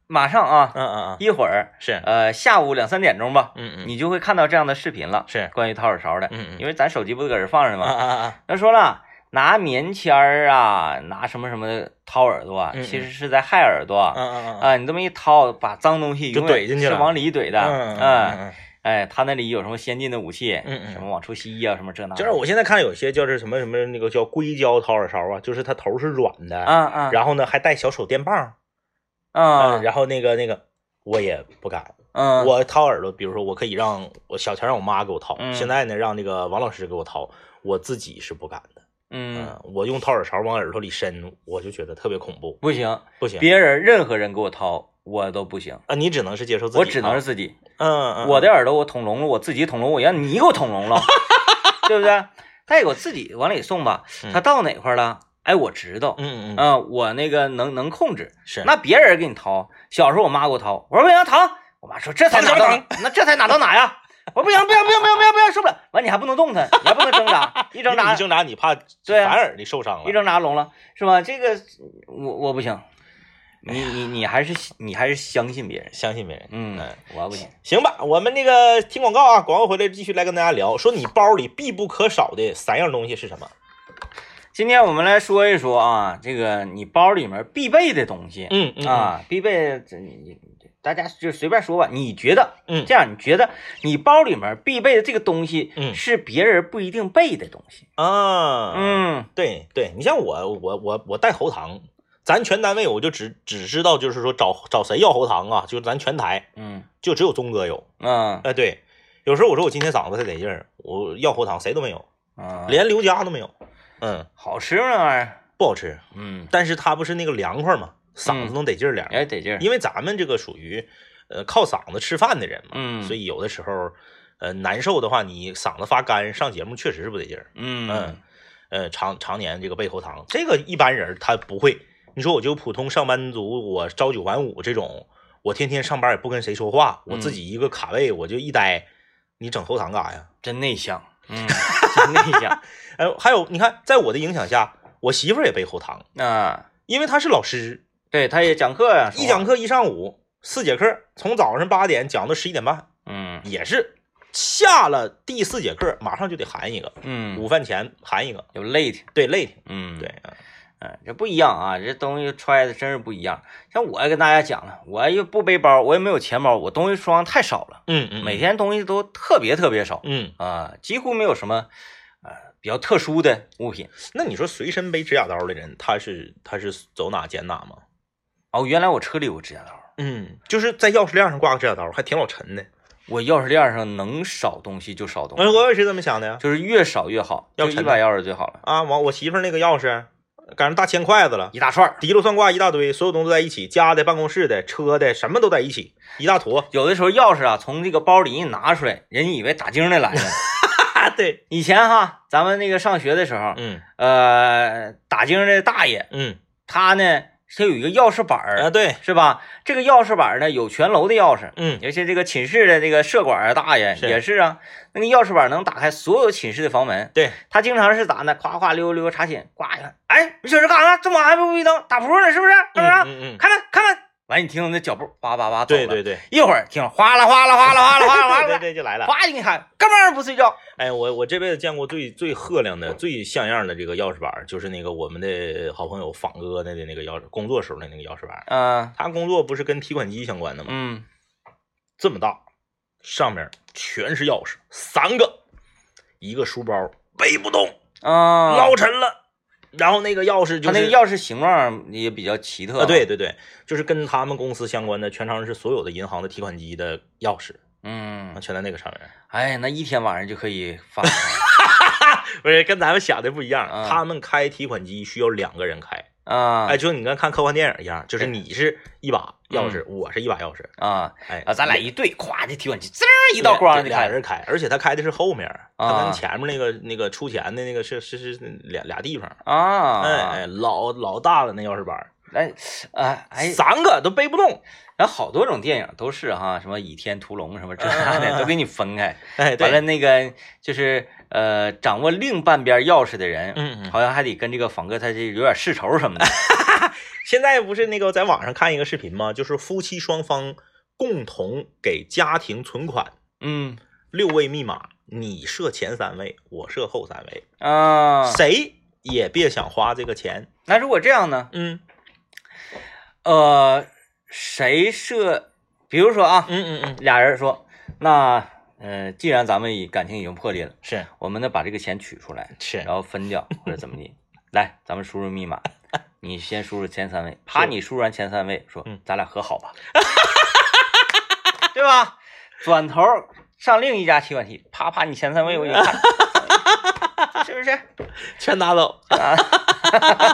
S2: 马上啊，
S1: 嗯嗯嗯，
S2: 一会儿
S1: 是，
S2: 呃下午两三点钟吧，
S1: 嗯嗯，
S2: 你就会看到这样的视频了。
S1: 是，
S2: 关于掏耳勺的，
S1: 嗯嗯
S2: 因为咱手机不是搁这放着
S1: 啊
S2: 吗？
S1: 啊啊，
S2: 他说了，拿棉签儿啊，拿什么什么的掏耳朵啊，
S1: 嗯嗯
S2: 其实是在害耳朵
S1: 啊
S2: 啊。
S1: 啊啊，
S2: 啊，你这么一掏，把脏东西
S1: 就
S2: 永远
S1: 怼进去了
S2: 是往里怼的。
S1: 嗯
S2: 嗯，
S1: 嗯
S2: 哎，他那里有什么先进的武器？
S1: 嗯嗯
S2: 什么往出吸呀、什么这那的。
S1: 就是我现在看有些叫是什么什么那个叫硅胶掏耳勺啊，就是它头是软的，
S2: 啊啊
S1: 然后呢还带小手电棒，呃
S2: 啊
S1: 然后那个那个我也不敢，
S2: 嗯，
S1: 我掏耳朵，比如说我可以让我小前让我妈给我掏，
S2: 嗯
S1: 现在呢让那个王老师给我掏，我自己是不敢的，
S2: 嗯，
S1: 啊我用掏耳勺往耳朵里伸，我就觉得特别恐怖，
S2: 不行，
S1: 不行
S2: 别人任何人给我掏，我都不行，
S1: 啊，你只能是接受自己，
S2: 我只能是自己。
S1: 嗯嗯，
S2: 我的耳朵我捅聋了，我自己捅聋，我让你给我捅聋了，对不对？再给我自己往里送吧
S1: 嗯，
S2: 他到哪块儿了？哎，我知道，
S1: 嗯嗯嗯
S2: 啊、我那个能能控制。
S1: 是
S2: 那别人给你掏，小时候我妈给我掏，我说不行疼，我妈说这才哪到哪，那这才哪到哪呀？我说不行不行不行不行不行不行，受不了。完你还不能动它，你还不能挣扎，一挣
S1: 因为
S2: 扎
S1: 你挣扎你怕
S2: 对啊
S1: 反而你受伤了
S2: 一，挣扎聋了是吧？这个我我不行，你你你还是你还是相信别人，
S1: 相信别人。
S2: 嗯
S1: 哎，
S2: 我不行，
S1: 行吧，我们那个听广告啊，广告回来继续来跟大家聊，说你包里必不可少的三样东西是什么？
S2: 今天我们来说一说啊，这个你包里面必备的东西、
S1: 嗯，
S2: 啊，必备这你你大家就随便说吧。你觉得，
S1: 嗯
S2: 这样你觉得你包里面必备的这个东西，
S1: 嗯
S2: 是别人不一定备的东西。
S1: 啊，
S2: 嗯
S1: 对对，你像我，我我我带喉糖，咱全单位我就只只知道就是说找找谁要喉糖啊，就是咱全台
S2: 嗯
S1: 就只有钟哥有。
S2: 啊
S1: 哎，对，有时候我说我今天嗓子太得劲儿，我要喉糖谁都没有，
S2: 啊，
S1: 呃连刘家都没有。嗯，
S2: 好吃吗那玩意儿？
S1: 不好吃，
S2: 嗯，
S1: 但是它不是那个凉快嘛，嗓子能得劲儿点儿。
S2: 也得劲儿。
S1: 因为咱们这个属于呃靠嗓子吃饭的人嘛，
S2: 嗯
S1: 所以有的时候呃难受的话，你嗓子发干，上节目确实是不得劲儿。
S2: 嗯
S1: 嗯，呃，常常年这个背喉糖，这个一般人他不会。你说我就普通上班族，我朝九晚五这种，我天天上班也不跟谁说话，我
S2: 嗯
S1: 自己一个卡位，我就一呆，你整喉糖干啥呀？
S2: 真内向， 嗯，真内向，
S1: 哎，还有你看，在我的影响下，我媳妇儿也背喉糖，
S2: 啊，
S1: 因为她是老师，
S2: 对，他也讲课呀，
S1: 一
S2: 说话
S1: 讲，课一上午，四节课，从早上八点讲到十一点半，
S2: 嗯
S1: 也是下了第四节课，马上就得含一个，
S2: 嗯，
S1: 午饭前含一个，
S2: 有 late，
S1: 对，累挺，
S2: 嗯，
S1: 对，，嗯
S2: 嗯，这不一样啊，这东西揣的真是不一样。像我也跟大家讲了，我又不背包，我也没有钱包，我东西装太少了，
S1: 嗯嗯，
S2: 每天东西都特别特别少
S1: 嗯，
S2: 啊，几乎没有什么呃比较特殊的物品。
S1: 那你说随身背指甲刀的人，他是他是走哪捡哪吗？
S2: 哦，原来我车里有个指甲刀，
S1: 嗯，就是在钥匙链上挂个指甲刀，还挺老沉的。
S2: 我钥匙链上能少东西就少东
S1: 我
S2: 西，
S1: 我也是这么想的呀。
S2: 就是越少越好，
S1: 哎要
S2: 就一
S1: 沉
S2: 把钥匙最好了，
S1: 啊，完我媳妇儿那个钥匙赶上大铅筷子了，
S2: 一大串儿。
S1: 滴溜算卦一大堆，所有东西都在一起，家的、办公室的、车的，什么都在一起，一大坨。
S2: 有的时候钥匙啊，从这个包里一拿出来，人以为打精的 来了。
S1: 啊， 对，
S2: 以前哈，咱们那个上学的时候，
S1: 嗯
S2: 呃，打精的大爷
S1: 嗯
S2: 他呢，他有一个钥匙板
S1: 啊，
S2: 儿，
S1: 对，
S2: 是吧？这个钥匙板儿呢，有全楼的钥匙，
S1: 嗯
S2: 尤其这个寝室的这个舍管儿大爷
S1: 是
S2: 也是啊，那个钥匙板儿能打开所有寝室的房门。
S1: 对，
S2: 他经常是咋呢？夸夸溜溜查寝，呱一看，哎，你这是干啥？这么晚还不闭灯打扑克呢？是不是？干啥？
S1: 嗯嗯嗯，
S2: 开门，开门！完，你听那脚步，叭叭叭走了。
S1: 对对对，
S2: 一会儿听哗啦哗啦哗啦哗啦哗啦哗
S1: 对对
S2: 啦哗啦，
S1: 对就来了。
S2: 哗一看，哥们儿不睡觉。
S1: 哎，我我这辈子见过最最赫亮的、最像样的这个钥匙板儿，就是那个我们的好朋友仿哥那的那个钥匙，工作时候的那个钥匙板儿。
S2: 嗯
S1: 他工作不是跟提款机相关的吗？
S2: 嗯，
S1: 这么大，上面全是钥匙，三个，一个书包背不动，
S2: 啊，
S1: 捞沉了，然后那个钥匙就
S2: 他
S1: 是
S2: 那个钥匙形状也比较奇特
S1: 啊，，对对对，就是跟他们公司相关的全长是所有的银行的提款机的钥匙，
S2: 嗯
S1: 啊，，全在那个上面。
S2: 哎，那一天晚上就可以发
S1: 不是跟咱们想的不一样，
S2: 啊
S1: 他们开提款机需要两个人开，
S2: 啊
S1: 哎，就你跟看科幻电影一样，就是你是一把钥匙，我是一把钥匙，
S2: 啊
S1: 哎
S2: 啊！咱俩一对，咵，这提款机滋儿一道光就
S1: 俩
S2: 开
S1: 人
S2: 始。
S1: 开，而且他开的是后面，他
S2: 啊
S1: 跟前面那个那个出钱的那个是是是俩俩地方，
S2: 啊，
S1: 哎哎，老老大了那钥匙板儿，
S2: 哎哎哎，
S1: 三个都背不动，
S2: 然后好多种电影都是哈，什么《倚天屠龙》什么这那
S1: 啊啊
S2: 的
S1: 啊
S2: 都给你分开。
S1: 哎，对
S2: 完了，那个就是呃，掌握另半边钥匙的人，
S1: 嗯嗯，
S2: 好像还得跟这个房哥他这有点世 仇什么的。
S1: 现在不是那个在网上看一个视频吗？就是夫妻双方共同给家庭存款
S2: 嗯
S1: 六位密码，你设前三位，我设后三位，
S2: 啊，
S1: 谁也别想花这个钱，
S2: 那如果这样呢？
S1: 嗯
S2: 呃，谁设？比如说啊，
S1: 嗯嗯嗯，
S2: 俩人说，那呃，既然咱们已感情已经破裂了，
S1: 是
S2: 我们呢把这个钱取出来，
S1: 是
S2: 然后分掉或者怎么的。来，咱们输入密码，你先输入前三位，啪，
S1: 是
S2: 你输入完前三位，说
S1: 嗯
S2: 咱俩和好 吧，对吧？转头上另一家提款机，啪啪，你前三位我给你看， 是不是？
S1: 全拿走，
S2: 啊，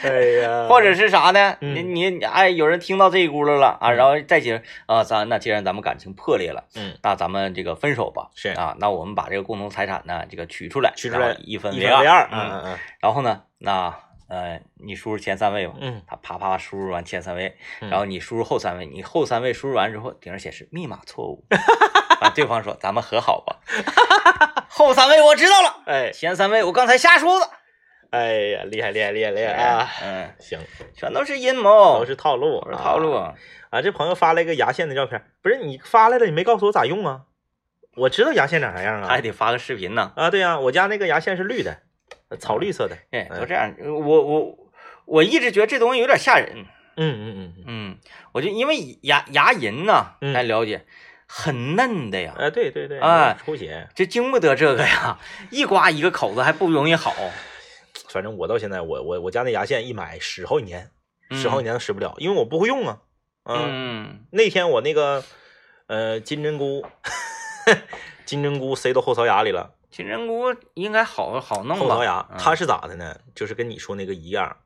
S1: 哎呀
S2: 或者是啥呢？你
S1: 嗯
S2: 你哎，有人听到这一轱辘了啊，
S1: 嗯
S2: 然后再解释啊，咱那既然咱们感情破裂了，
S1: 嗯，
S2: 那咱们这个分手吧，
S1: 是
S2: 啊，那我们把这个共同财产呢，这个取出来，
S1: 取出
S2: 然
S1: 来
S2: 后一分
S1: 一
S2: 为
S1: 分为二，
S2: 嗯，
S1: 嗯
S2: 然后呢，那呃，你输入前三位吧，
S1: 嗯
S2: 他啪啪输入完前三位，
S1: 嗯
S2: 然后你输入后三位，你后三位输入完之后，顶上显示密码错 误，啊，对方说咱们和好吧， 后三位我知道了，
S1: 哎
S2: 前三位我刚才瞎说的，
S1: 哎呀，厉害厉害厉害厉害啊！
S2: 嗯，
S1: 行，
S2: 全都是阴谋，
S1: 都是套路，
S2: 都是哦套路。
S1: 啊！这朋友发了一个牙线的照片，不是你发来了，你没告诉我咋用啊？我知道牙线长啥样
S2: 他还
S1: 啊？
S2: 得发个视频呢。
S1: 啊，对呀、我家那个牙线是绿的，草绿色的。
S2: 哎，都这样，我我我一直觉得这东西有点吓人。
S1: 嗯嗯嗯嗯，
S2: 嗯，我就因为牙牙龈呐，
S1: 嗯
S2: 咱了解，很嫩的呀，
S1: 哎、对对对，
S2: 哎
S1: 出血。
S2: 这经不得这个呀，一刮一个口子还不容易好。
S1: 反正我到现在，我我我家那牙线一买使好几年，
S2: 嗯
S1: 使好几年都使不了，因为我不会用啊。
S2: 嗯，
S1: 那天我那个呃金针菇， 金针菇塞到后槽牙里了，
S2: 金针菇应该好好弄吧？
S1: 后槽牙
S2: 嗯
S1: 它是咋的呢？就是跟你说那个一样，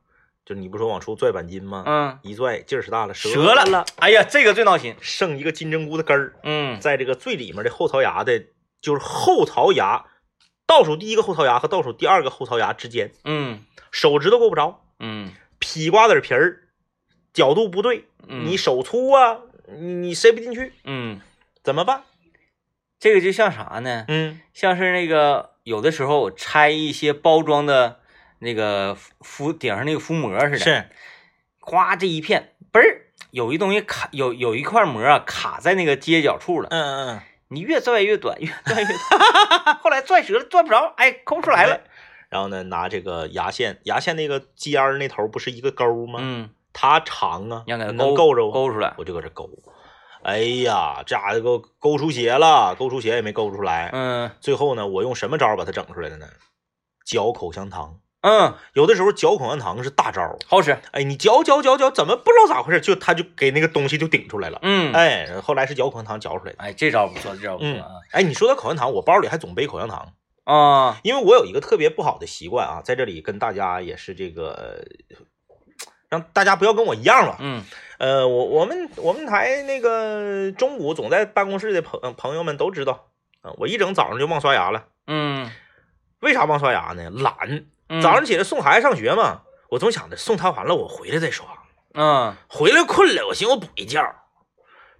S1: 就你不说往出拽板筋吗？
S2: 嗯，
S1: 一拽劲儿是大了，
S2: 折了
S1: 了，
S2: 哎呀，这个最闹心。
S1: 剩一个金针菇的根儿，
S2: 嗯
S1: 在这个最里面的后槽牙的，就是后槽牙倒数第一个后槽牙和倒数第二个后槽牙之间，
S2: 嗯
S1: 手指头够不着，
S2: 嗯
S1: 劈瓜子皮儿角度不对，
S2: 嗯，
S1: 你手粗啊，你你塞不进去，
S2: 嗯，
S1: 怎么办？
S2: 这个就像啥呢？
S1: 嗯
S2: 像是那个有的时候我拆一些包装的那个浮浮顶上那个浮膜似的，
S1: 是，
S2: 夸这一片嘣儿。有一东西卡，有有一块膜啊卡在那个街角处了，
S1: 嗯嗯，
S2: 你越拽越短，越拽越短， 后来拽折了，拽不着，哎，抠不出来了。
S1: 然后呢，拿这个牙线，牙线那个尖儿那头不是一个钩吗？
S2: 嗯，
S1: 它长啊，
S2: 你要给它
S1: 能
S2: 勾
S1: 够着我，
S2: 勾出来。
S1: 我就搁这勾。哎呀，这家伙给我勾出血了，勾出血也没勾出来。
S2: 嗯
S1: 最后呢，我用什么招儿把它整出来的呢？嚼口香糖。
S2: 嗯，
S1: 有的时候嚼口香糖是大招儿，
S2: 好使。
S1: 哎，你嚼嚼嚼嚼，怎么不知道咋回事，就它就给那个东西就顶出来了。
S2: 嗯，
S1: 哎，后来是嚼口香糖嚼出来的。
S2: 哎，这招不错，这招不错
S1: 嗯
S2: 啊。，
S1: 哎，你说到口香糖，我包里还总背口香糖，
S2: 啊，
S1: 因为我有一个特别不好的习惯啊，在这里跟大家也是这个，让大家不要跟我一样吧。
S2: 嗯
S1: 呃，我我们我们台那个中午总在办公室的朋呃朋友们都知道，啊、我一整早上就忘刷牙了。
S2: 嗯
S1: 为啥忘刷牙呢？懒，
S2: 嗯，
S1: 早上起来送孩子上学嘛，我总想着送他完了我回来再刷，
S2: 嗯
S1: 回来困了我寻思我补一觉，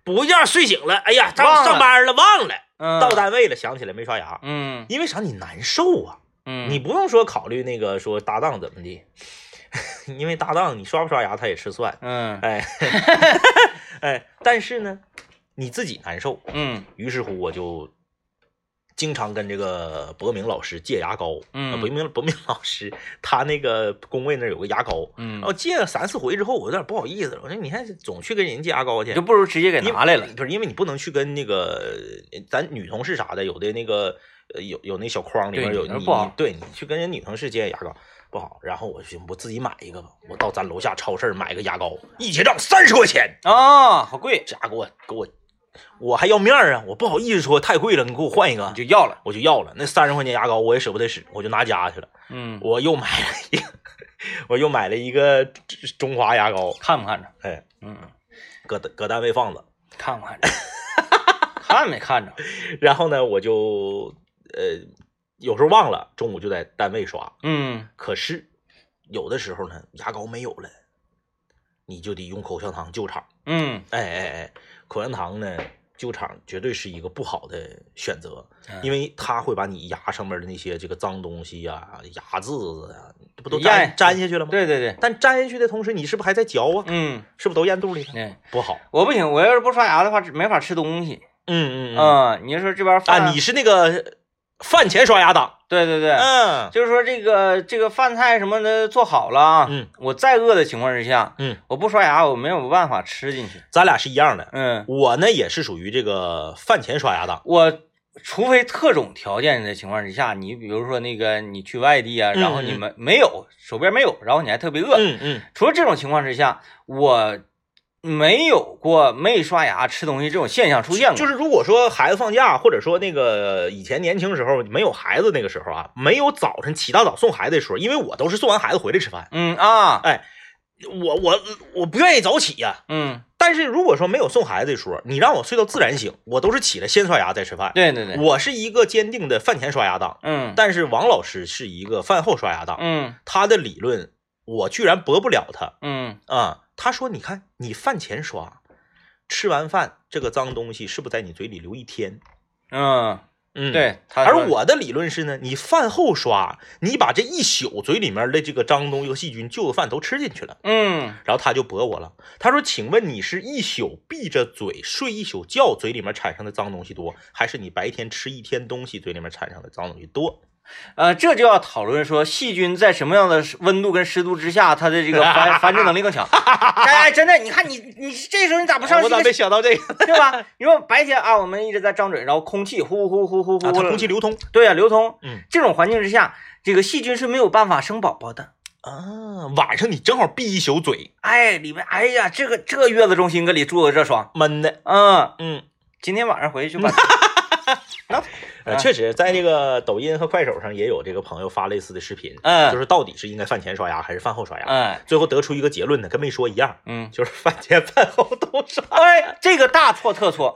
S1: 补一觉睡醒了，哎呀，上
S2: 忘了
S1: 上班了忘了，
S2: 嗯
S1: 到单位了想起来没刷牙，
S2: 嗯
S1: 因为啥你难受啊，
S2: 嗯，
S1: 你不用说考虑那个说搭档怎么的， 因为搭档你刷不刷牙他也吃蒜，
S2: 嗯
S1: 哎 哎，但是呢你自己难受，
S2: 嗯
S1: 于是乎我就经常跟这个博明老师借牙膏，
S2: 嗯
S1: 啊博明博明老师他那个工位那儿有个牙膏，
S2: 嗯，
S1: 然后借了三四回之后，我有点不好意思了，我说你还总去跟人借牙膏去
S2: 你就，不如直接给
S1: 因为
S2: 拿来了。
S1: 不是因为你不能去跟那个呃咱女同事啥的，有的那个呃有有那小筐里面
S2: 对
S1: 有
S2: 你那
S1: 你
S2: 不好
S1: 你对你去跟人女同事借牙膏不好。然后我就寻思我自己买一个吧，我到咱楼下超市买个牙膏，一结账三十块钱，
S2: 啊，好贵，
S1: 这家给我给我，我还要面儿啊，我不好意思说太贵了，你给我换一个
S2: 你，就要了。
S1: 我就要了。那三十块钱牙膏我也舍不得使，我就拿家去了，
S2: 嗯，
S1: 我又买了一个， 我又买了一个中华牙膏，
S2: 看不看着？
S1: 哎，
S2: 嗯，
S1: 搁搁单位放着。
S2: 看不看着？ 看没看着？
S1: 然后呢，我就呃有时候忘了，中午就在单位刷。
S2: 嗯
S1: 可是有的时候呢，牙膏没有了，你就得用口香糖救场。
S2: 嗯
S1: 哎哎哎，口香糖呢救场绝对是一个不好的选择，
S2: 嗯
S1: 因为它会把你牙上面的那些这个脏东西呀、牙渍子呀，这不都
S2: 咽哎
S1: 粘粘下去了吗？。
S2: 对对对，
S1: 但粘下去的同时，你是不是还在嚼啊？
S2: 嗯，
S1: 是不是都咽肚里了？
S2: 对，
S1: 不好。
S2: 我不行，我要是不刷牙的话，没法吃东西。
S1: 嗯嗯嗯。
S2: 嗯，哎你就说这边
S1: 啊，
S2: 饭，
S1: 你是那个饭前刷牙党。
S2: 对对对，
S1: 嗯。
S2: 就是说这个这个饭菜什么的做好了啊，
S1: 嗯，
S2: 我再饿的情况之下，
S1: 嗯，
S2: 我不刷牙，我没有办法吃进去，
S1: 咱俩是一样的。
S2: 嗯，
S1: 我呢也是属于这个饭前刷牙党，
S2: 我除非特种条件的情况之下，你比如说那个你去外地啊，
S1: 嗯
S2: 然后你们没有手边没有，然后你还特别饿，
S1: 嗯嗯，
S2: 除了这种情况之下，我没有过没刷牙吃东西这种现象出现过，
S1: 就是是如果说孩子放假，或者说那个以前年轻时候没有孩子那个时候啊，没有早晨起大早送孩子的时候，因为我都是送完孩子回来吃饭，
S2: 嗯啊，
S1: 我我我不愿意早起呀、
S2: 嗯，
S1: 但是如果说没有送孩子的时候，你让我睡到自然醒，我都是起来先刷牙再吃饭。
S2: 对对对，
S1: 我是一个坚定的饭前刷牙党，
S2: 嗯
S1: 但是王老师是一个饭后刷牙党，
S2: 嗯
S1: 他的理论我居然驳不了他。
S2: 嗯
S1: 啊，他说：“你看，你饭前刷，吃完饭这个脏东西是不是在你嘴里留一天？
S2: 嗯，
S1: 嗯，。
S2: 对，他说
S1: 而我的理论是呢，你饭后刷，你把这一宿嘴里面的这个脏东西和细菌旧的饭都吃进去了。
S2: 嗯
S1: 然后他就驳我了，他说：‘请问你是一宿闭着嘴睡一宿觉，嘴里面产生的脏东西多，还是你白天吃一天东西，嘴里面产生的脏东西多
S2: 呃，这就要讨论说细菌在什么样的湿温度跟湿度之下，它的这个繁繁殖能力更强。哎，真的，你看你你这时候你咋？’不上
S1: 我
S2: 细
S1: 咋
S2: 菌
S1: 没想到这 个？
S2: 对吧？你说白天啊，我们一直在张嘴，然后空气呼呼呼呼呼
S1: 啊，它
S2: 呼，
S1: 空气流通
S2: 对啊流通。
S1: 嗯，
S2: 这种环境之下，这个细菌是没有办法生宝宝的。
S1: 啊，晚上你正好闭一宿嘴，
S2: 哎，里面哎呀，这个这月子中心搁里住的这双，
S1: 闷的，
S2: 嗯，
S1: 嗯。”
S2: 今天晚上回去就把
S1: 呃，确实，在这个抖音和快手上也有这个朋友发类似的视频，
S2: 嗯
S1: 就是到底是应该饭前刷牙还是饭后刷牙，
S2: 哎，
S1: 最后得出一个结论呢，跟没说一样，
S2: 嗯，
S1: 就是饭前饭后都刷。
S2: 哎，这个大错特 错，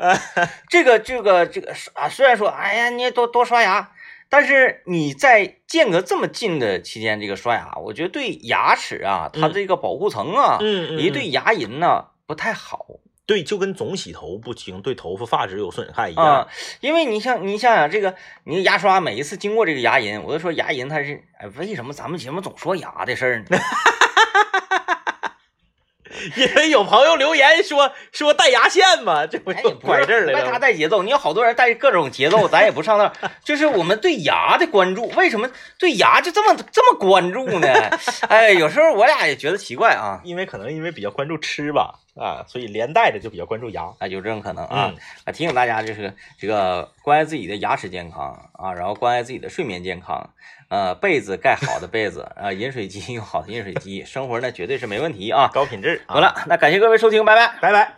S2: 这个这个这个啊，虽然说，哎呀，你也多多刷牙，但是你在间隔这么近的期间，这个刷牙，我觉得对牙齿啊，它
S1: 嗯
S2: 这个保护层啊，
S1: 嗯
S2: 以及对牙龈呢、不太好
S1: 对，就跟总洗头不清，对头发发质有损害一
S2: 啊
S1: 样。、
S2: 因为你像你想想这个，你牙刷每一次经过这个牙龈，我就说牙龈它是，哎，为什么咱们节目总说牙的事儿呢？
S1: 因为有朋友留言说说带牙线嘛，这不
S2: 哎，
S1: 就拐这儿来
S2: 怪他
S1: 了吗？
S2: 带节奏，你有好多人带各种节奏，咱也不上那儿。就是我们对牙的关注，为什么对牙就这么这么关注呢？ 哎，有时候我俩也觉得奇怪啊，
S1: 因为可能因为比较关注吃吧，啊，所以连带着就比较关注牙。
S2: 啊，有这种可能啊。
S1: 嗯
S2: 啊，提醒大家就是这个关爱自己的牙齿健康啊，然后关爱自己的睡眠健康，呃，被子盖好的被子，啊，饮水机用好的饮水机，生活呢绝对是没问题啊。
S1: 高品质。
S2: 好了，，那感谢各位收听，拜拜。
S1: 拜拜。